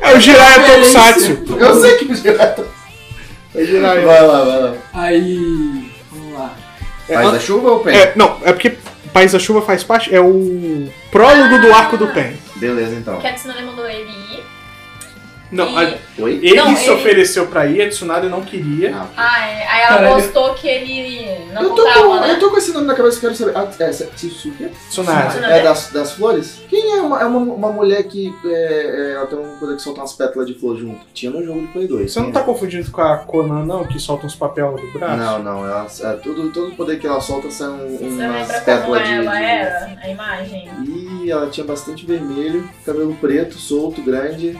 É o Jiraiya Tokusatsu. Eu sei que o Jiraiya tá... É o Jiraiya. Vai lá, vai lá. Aí, vamos lá. É, Faz a chuva ou pé? É, não, é porque País da Chuva faz parte, é o prólogo do arco do Pen. É. Beleza, então. Que a Tsunade mandou ele ir. Ah. Não, e... a- Oi? ele Não, se ele- ofereceu pra ir, a Tsunade não queria. Ah, ok. Ah, é. Aí ela Caralho. postou que ele não eu, tô contava, com, né? eu tô com esse nome na cabeça, eu quero saber. Ah, é, Tsusuke? Tsunade. É das, das flores? Quem é uma, é uma, uma mulher que é, é, ela tem uma coisa que solta umas pétalas de flor junto? Tinha no jogo de Play 2. Você não tá confundindo com a Conan, não, que solta uns papel do braço? Não, não. Ela, é, tudo, todo o poder que ela solta são Você umas lembra como pétalas de. ela de- era? A imagem? E ela tinha bastante vermelho, cabelo preto, solto, grande.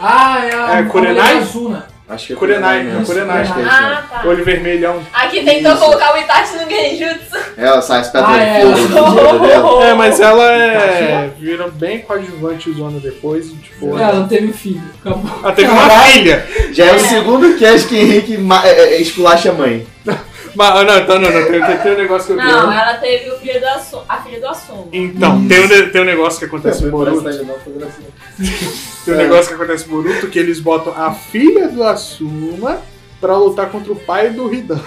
Ah, é a É, a Kurenai? mulher Azuna. Acho que é Kurenai, Kurenai, né? é Kurenai. Acho que é isso mesmo. Ah, tá. Olho vermelhão. Aqui tentou Isso. colocar o Itachi no Genjutsu. Ela sai as pétalas Ah, é. de flor do dia dela. É, mas ela é. vira bem coadjuvante zona depois, tipo. Ela não teve filho. Acabou. Ela teve uma filha! Já é, o segundo cast que Henrique ma- é, é, esculacha a mãe. Mas, ah, não, então não, não, tem, tem- tem um negócio que eu Não, vi. ela teve o filho do Assu... a filha do Assumo. Então, tem um, ne- tem um negócio que acontece no Boruto. Tem um É. negócio que acontece no Boruto que eles botam a filha do Asuma pra lutar contra o pai do Hidan.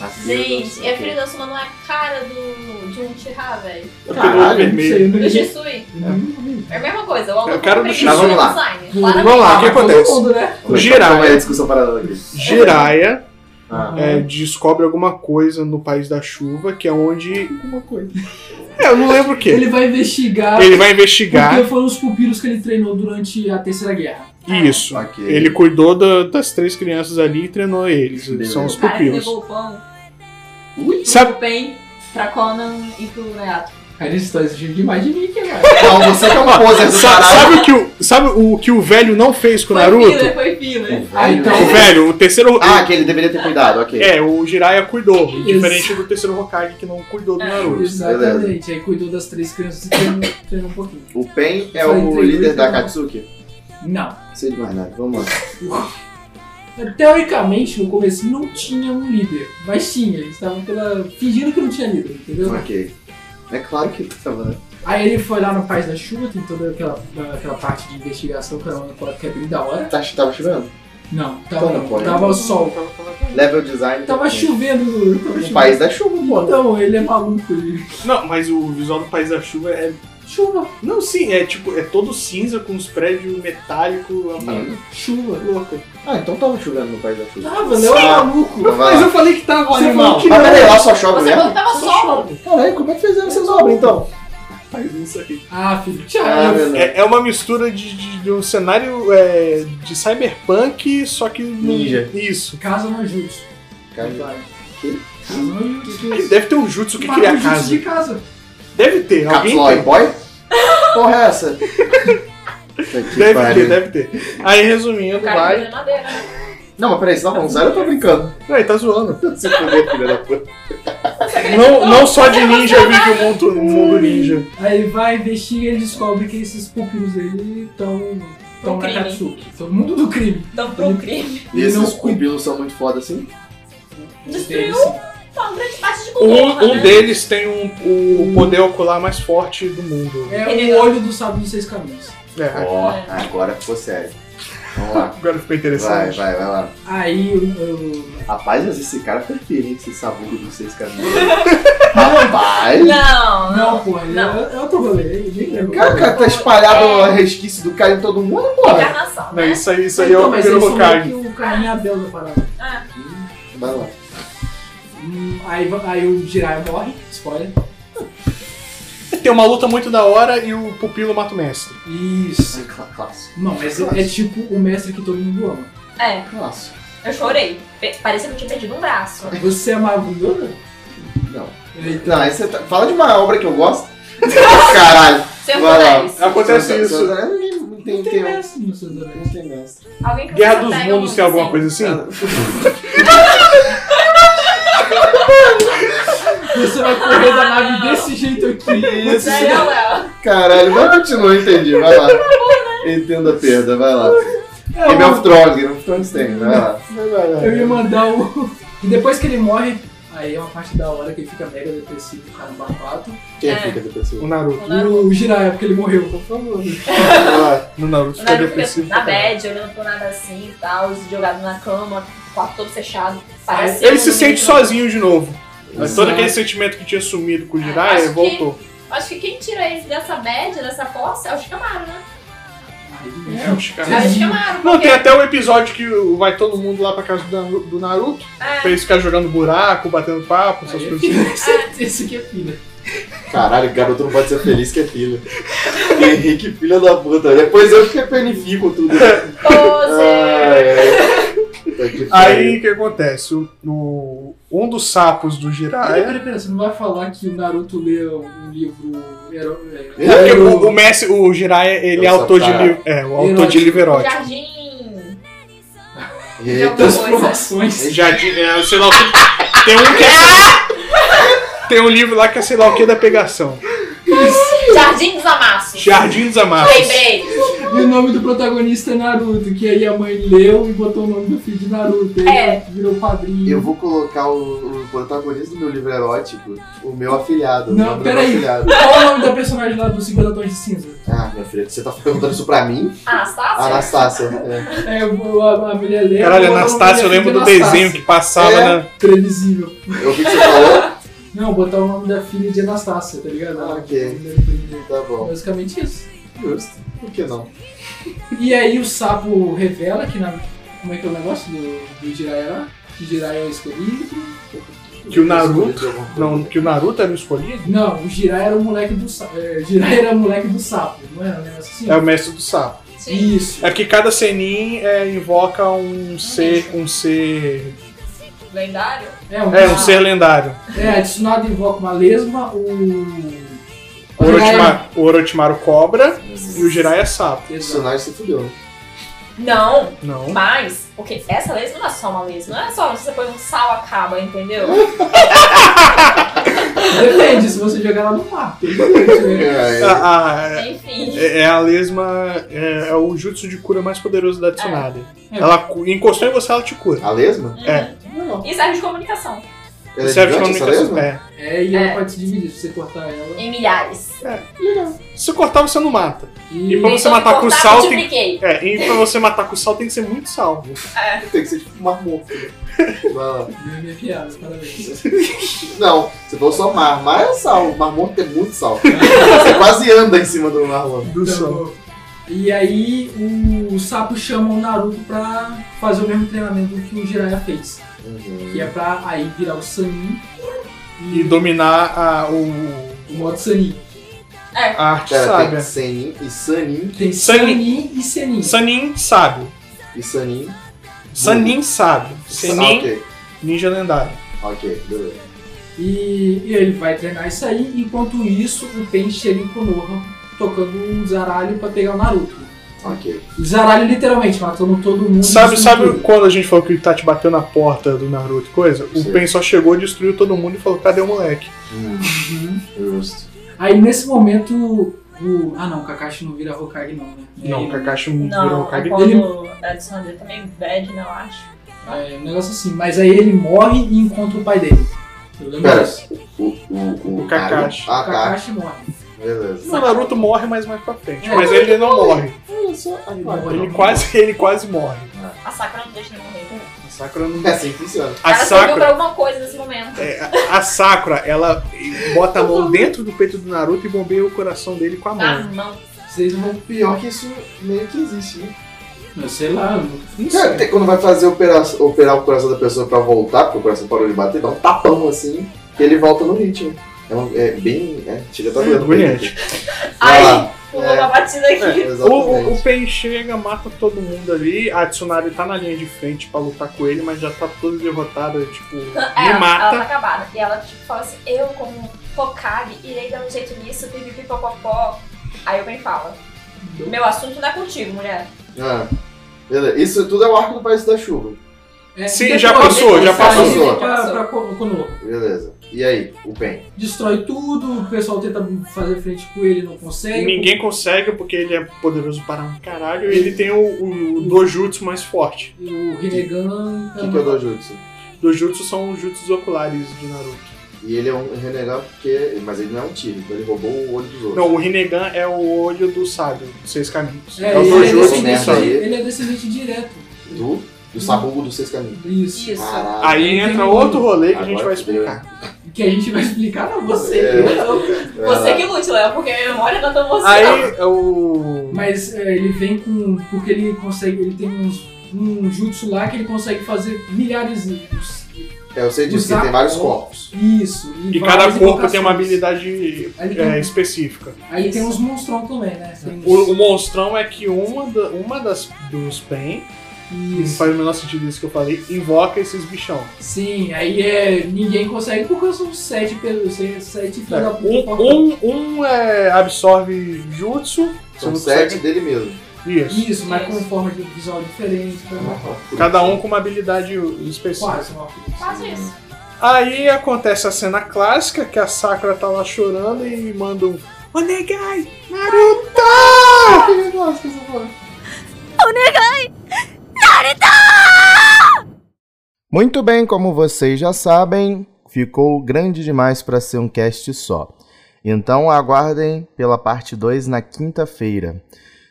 Ah, Gente, e a filha do Assumo não é a cara do de um Uchiha, velho. Tá Caralho, Não sei, eu não Uhum. Do li. Shisui. Nunca vi. É a mesma coisa. O autor É a cara do fez Shisui. isso no Vamos lá. design, Vamos lá, o que Ah, todo acontece? mundo, né? O Jiraiya. É a discussão paralela aqui. Jiraiya Ah. é, descobre alguma coisa no País da Chuva, que é onde. Alguma coisa. É, eu não lembro o que. Ele vai investigar Ele vai investigar. porque foram os pupilos que ele treinou durante a Terceira Guerra. Isso. Ok. Ele cuidou da- das três crianças ali e treinou eles. Beleza. São os O cara que pupilos. Ah, levou o pão Sabe, pro Ben, pra Conan e pro Neato. Cara, eles estão tá exigindo demais de mim, cara. Não, você que é uma poser do sa- caralho. sabe o que o, sabe o que o velho não fez com o Foi filler, Naruto? foi filler. Hum. Ah, então. O velho, o terceiro. Ah, que ele deveria ter cuidado, ok. É, o Jiraiya cuidou. Isso. Diferente do terceiro Hokage que não cuidou É. do Naruto. Exatamente. Aí cuidou das três crianças e treinou, treinou um pouquinho. O Pen é Só o entre líder dois, da não. Katsuki? Não. Não sei de mais nada, vamos lá. Teoricamente, no começo não tinha um líder, mas tinha, eles estavam pela... fingindo que não tinha líder, entendeu? Ok. É claro que tava, né? Aí ele foi lá no País da Chuva, tem toda aquela, aquela parte de investigação que era uma coisa que é bem da hora. Tá, tava chovendo? Não, tava, Tá Então não pode. tava sol. Level design. Tava chovendo, tava O chovendo. país da chuva, pô. Então, ele é maluco, ele. Não, mas o visual do País da Chuva é. Chuva, Não, sim, é tipo, é todo cinza com os prédios metálicos, é uma parada chuva. louca. tá Ah, então tava chovendo no país da chuva. Tava, Léo é Ah, maluco. Então vai lá. eu falei que tava Ah, Você falou que Mas peraí, lá só chove né? Você mesmo? falou que tava sol. Caralho, como é que fizeram essas obras então? Faz isso aí. Ah, filho, tchau. Ah, meu Deus. É, é uma mistura de, de- de um cenário é, de cyberpunk, só que. no- Ninja. Isso. casa no jutsu. Cara, Casa é no jutsu. Deve ter um jutsu que Para cria no jutsu casa. de casa. Deve ter, alguém Capsule tem. Boy? Porra é essa? Puta que Deve ter, pariu. deve ter. Aí resumindo, O cara que vai. fazia madeira, né? Não, mas peraí, você tá falando sério ou eu tô brincando? Não, ele tá zoando. Se fuder, filha da puta. Não, não só de ninja vive o mundo, o Um mundo ninja. Aí ele vai, investiga e ele descobre que esses pupilos dele estão. Pro Estão na Um crime. Katsuki. Estão no mundo do crime. Então, pro crime. E Ele esses não cuida. cubilos são muito foda assim? Destruiu uma grande parte de Konoha, Um, um né? deles tem um, o poder ocular mais forte do mundo. É o olho do sábio dos seis caminhos. É, Ó, agora ficou sério. Vamos lá. Agora ficou Vai, interessante. vai, vai lá. Aí eu, eu- Rapaz, mas esse cara é perfeito, hein? Esse sabugo do seis caminhos. Rapaz! Não, não. Não, pô, ele Não. é, é outro rolê, ele nem lembro. Cara, cara, tá espalhado o resquício do cara em todo mundo, porra. Encarnação, Não, né? isso aí, isso aí Então, é o mas eles primeiro são meio que Hokage. o carinha Abel da parada. Ah, Vai lá. Hum, aí, va- aí o Jiraiya morre, spoiler. Tem uma luta muito da hora e o pupilo mata o mestre. Isso. Clá- Clássico. Não, mas é, é tipo o mestre que todo mundo ama. É, Clássico. eu chorei. Pe- Parecia que eu tinha perdido um braço. Você é amava o Yoda? Não. Ele- é Não, aí você tá- fala de uma obra que eu gosto. Caralho. Seu Vai lá. Anéis. Acontece Seu- seu- isso. seu- Não tem, Não tem, tem não mestre nos seus anéis. tem mestre. Alguém que Guerra você dos pega Mundos um tem alguma assim. coisa assim? Você vai correr da nave desse jeito aqui. Isso. assim? Né, Léo? Caralho, vai continuar, entendi. Vai Tá lá. né? Entenda a perda, vai lá. Game of Thrones, Game of Thrones tem, vai lá. Vai, vai, vai. é Eu ia mandar o. E depois que ele morre, aí é uma parte da hora que ele fica mega depressivo, cara, barbado. Quem É. fica O depressivo? Naruto. O Jiraiya, porque ele morreu, por favor. Vai lá. No Naruto O fica Naruto depressivo. fica na pra caralho. bed, olhando pro nada assim e tal, jogado na cama, quarto todo fechado. Parece Ele se um sente menino. sozinho de novo. Mas todo Exato. aquele sentimento que tinha sumido com o Acho Jiraiya que- voltou. Acho que quem tira ele dessa bad, dessa posse, é o Shikamaru, né? É, né? os caras- É o Shikamaru, Não, porque... tem até o episódio que o- vai todo mundo lá pra casa do Naru- do Naruto É. pra eles ficarem jogando buraco, batendo papo, essas Aí é coisas. filha, esse- Esse aqui é filha. Caralho, garoto não pode ser feliz que é filho. Henrique, filha da puta. Depois eu que penifico Tá tudo. é Pose! Ai, Tá ai. Puta que Aí pariu. o que acontece? O, o- um dos sapos do Peraí, Jiraiya. peraí, peraí, você não vai falar que o Naruto lê um livro. hero- é, É porque Eu- o, o Messi, o Jiraiya, ele é Eu só autor de tá- livro. É, o autor Erótico. de livro O erótico. Jardim... E aí, Eu- Transformações. Jardim, é, sei lá o que. Tem um que é. Tem um livro lá que é sei lá o que da pegação. Jardim dos Amassos. Jardim dos Amassos. Lembrei. E o nome do protagonista é Naruto, que aí a mãe leu e botou o nome do filho de Naruto. Aí É. virou padrinho. Hum. eu vou colocar o, o protagonista do meu livro erótico, o meu afilhado. o Não, nome do peraí. meu afilhado. Qual o nome da personagem lá do 50 Tons de Cinza? Ah, minha filha, você tá perguntando isso pra mim? Anastácia? Anastácia. É. É, o- a, a mulher lê. Caralho, o nome Anastácio, eu da filha lembro do é Anastácia. desenho que passava né? É. na. Previsível. Eu vi que você falou. Não, botar o nome da filha de Anastácia, tá ligado? Ah, ok. Tá bom. Basicamente isso. Justo. Por que não? E aí o sapo revela que na. Como é que é o negócio do, do Jiraiya lá? Que Jiraiya é o escolhido. Que o Naruto. Não, que o Naruto era o escolhido? Não, o Jiraiya era o moleque do sapo. É, Jiraiya era o moleque do sapo, não era um negócio assim? É o mestre do sapo. Sim. Isso. É que cada Senin é, invoca um ser. Um ser. Lendário? É, um, É, um ser lendário. é, a Tsunade invoca uma lesma, o. Ah. O Orochimaru, o Orochimaru cobra e o O Jiraiya é sapo. Exato. personagem se fudeu. né? Não, Não. mas... Porque essa lesma não é só uma lesma. Não é só você põe um sal acaba, entendeu? Depende, se você jogar lá no mar. É, Ah. é. A- a- Enfim. é é a lesma. É, é o jutsu de cura mais poderoso da Tsunade. É. Ela cu- encostou em você, ela te cura. A lesma? É. Não. E serve de comunicação. Ela é serve de gigante, essa comunicação. lesma? É. É, e ela É. pode se dividir, se você cortar ela. Em milhares. É. Se você cortar, você não mata. E pra Tem você como matar com cortar, sal, tem- multipliquei. É, e pra você matar com sal tem que ser muito sal. Tem que ser tipo mar morto. Vai lá. Minha, minha piada, parabéns. Não, você falou só mar. Mar é sal. Mar morto tem muito sal. Você quase anda em cima do mar morto. Do sal. Então, E aí o sapo chama o Naruto pra fazer o mesmo treinamento que o Jiraiya fez. Uhum. Que é pra aí virar o Sanin E dominar a, o, o modo Sanin. a arte Cara, sábia. tem Senin e Sanin. Tem Sanin. Sanin e Senin. Sanin sábio. E Sanin. Sanin sábio. Senin, Ah, Ok, ninja lendário. ok, beleza. E, e ele vai treinar isso aí, enquanto isso o Pen chega em Konoha tocando um zaralho pra pegar o Naruto. Ok. O zaralho literalmente matando todo mundo. Sabe, destruindo sabe tudo. quando a gente falou que o Itachi bateu na porta do Naruto e coisa? Sim. O Pen só chegou, destruiu todo mundo e falou, cadê o moleque? Uhum. Justo. Aí nesse momento o. Ah não, o Kakashi não vira Hokage não, né? Não, o Ele- Kakashi não virou um Não, o Kage. a quando da adição dele também bad, né, eu acho. É, um negócio assim. Mas aí ele morre e encontra o pai dele. Eu lembro Pera. disso. O, o, O Kakashi. Ah, Kakashi morre. tá. Beleza. O Naruto morre mais mais pra frente, É. mas ele não morre. só, só... Ai, Não, vai. não, ele, não. quase, ele quase morre. A Sakura não deixa ele morrer. A Sakura não... É assim que funciona. A ela serviu pra Sakura, alguma coisa nesse momento. é, a- a Sakura, ela bota a mão dentro do peito do Naruto e bombeia o coração dele com a Uhum. Ah, mão. não. Vocês não vão. Pior que isso meio que existe, né? Eu sei lá. não- Não Cara, sei. tem- quando vai fazer opera- operar, o coração da pessoa pra voltar, porque o coração parou de bater, dá um tapão assim, e ele volta no ritmo. É, um- é bem. É, chega até É, doendo. agoniante. Vai lá. É, Ai, pulou É. uma batida aqui. O, o, o Pain chega, mata todo mundo ali. A Tsunade tá na linha de frente pra lutar com ele, mas já tá toda derrotada, tipo, É, me ela, mata. ela tá acabada. E ela tipo, fala assim, eu como Hokage irei dar um jeito nisso, pipipipopopó. Aí o Ben fala, meu assunto não é contigo, mulher. Ah, beleza. Isso tudo é o arco do País da Chuva. É, Sim, depois- já passou, depois já sai passou. Pra, pra Kono- Konoha. Beleza. E aí, o Pen? Destrói tudo, o pessoal tenta fazer frente com ele, não consegue. Ninguém consegue porque ele é poderoso para um caralho e ele tem o, o, o dojutsu mais forte. E o tá Rinnegan. O que, que é o Dojutsu? Dojutsu são os jutsus oculares de Naruto. E ele é um renegado porque. Mas ele não é um tiro, então ele roubou o olho dos outros. Não, o Rinnegan é o olho do sábio, dos seis caminhos. É, o ele, é Dojutsu, descendente, né? de- ele é descendente direto. Do, do sabugo dos seis caminhos. Isso. Isso. Caralho. Aí entra um outro rolê que a gente Agora vai né? fudeu, explicar. Que a gente vai explicar pra você. É. entendeu? Você que lute, Léo, porque a memória não é tão você. Aí é o. Mas é, ele vem com. Porque ele consegue. Ele tem uns, um jutsu lá que ele consegue fazer milhares de. É, eu sei disso, que Usar tem vários corpos. corpos. Isso. E várias cada corpo tem uma invocações. habilidade Aí ele é, tem- específica. Aí tem uns monstrão também, né? Tem O, o monstrão é que uma, da- uma das dos Pen, não Isso. faz o menor sentido isso que eu falei, invoca esses bichão. Sim, aí é. Ninguém consegue porque são sete pelos. Sete filhos da puta. fortão. É, Um, um, um é, absorve jutsu, você São não sete consegue. dele mesmo. Isso. Isso, mas com forma de visual diferente. tá? Cada um com uma habilidade específica. Quase, uma Faça né? isso. Aí acontece a cena clássica que a Sakura tá lá chorando e manda um Onegai, Naruto! Eu gosto dessa porra. Muito bem, como vocês já sabem, ficou grande demais para ser um cast só. Então aguardem pela parte 2 na quinta-feira.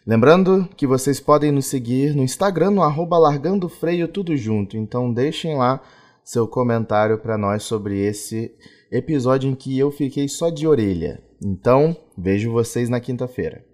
Lembrando que vocês podem nos seguir no Instagram, no arroba largando freio, tudo junto. Então deixem lá seu comentário para nós sobre esse episódio em que eu fiquei só de orelha. Então, vejo vocês na quinta-feira.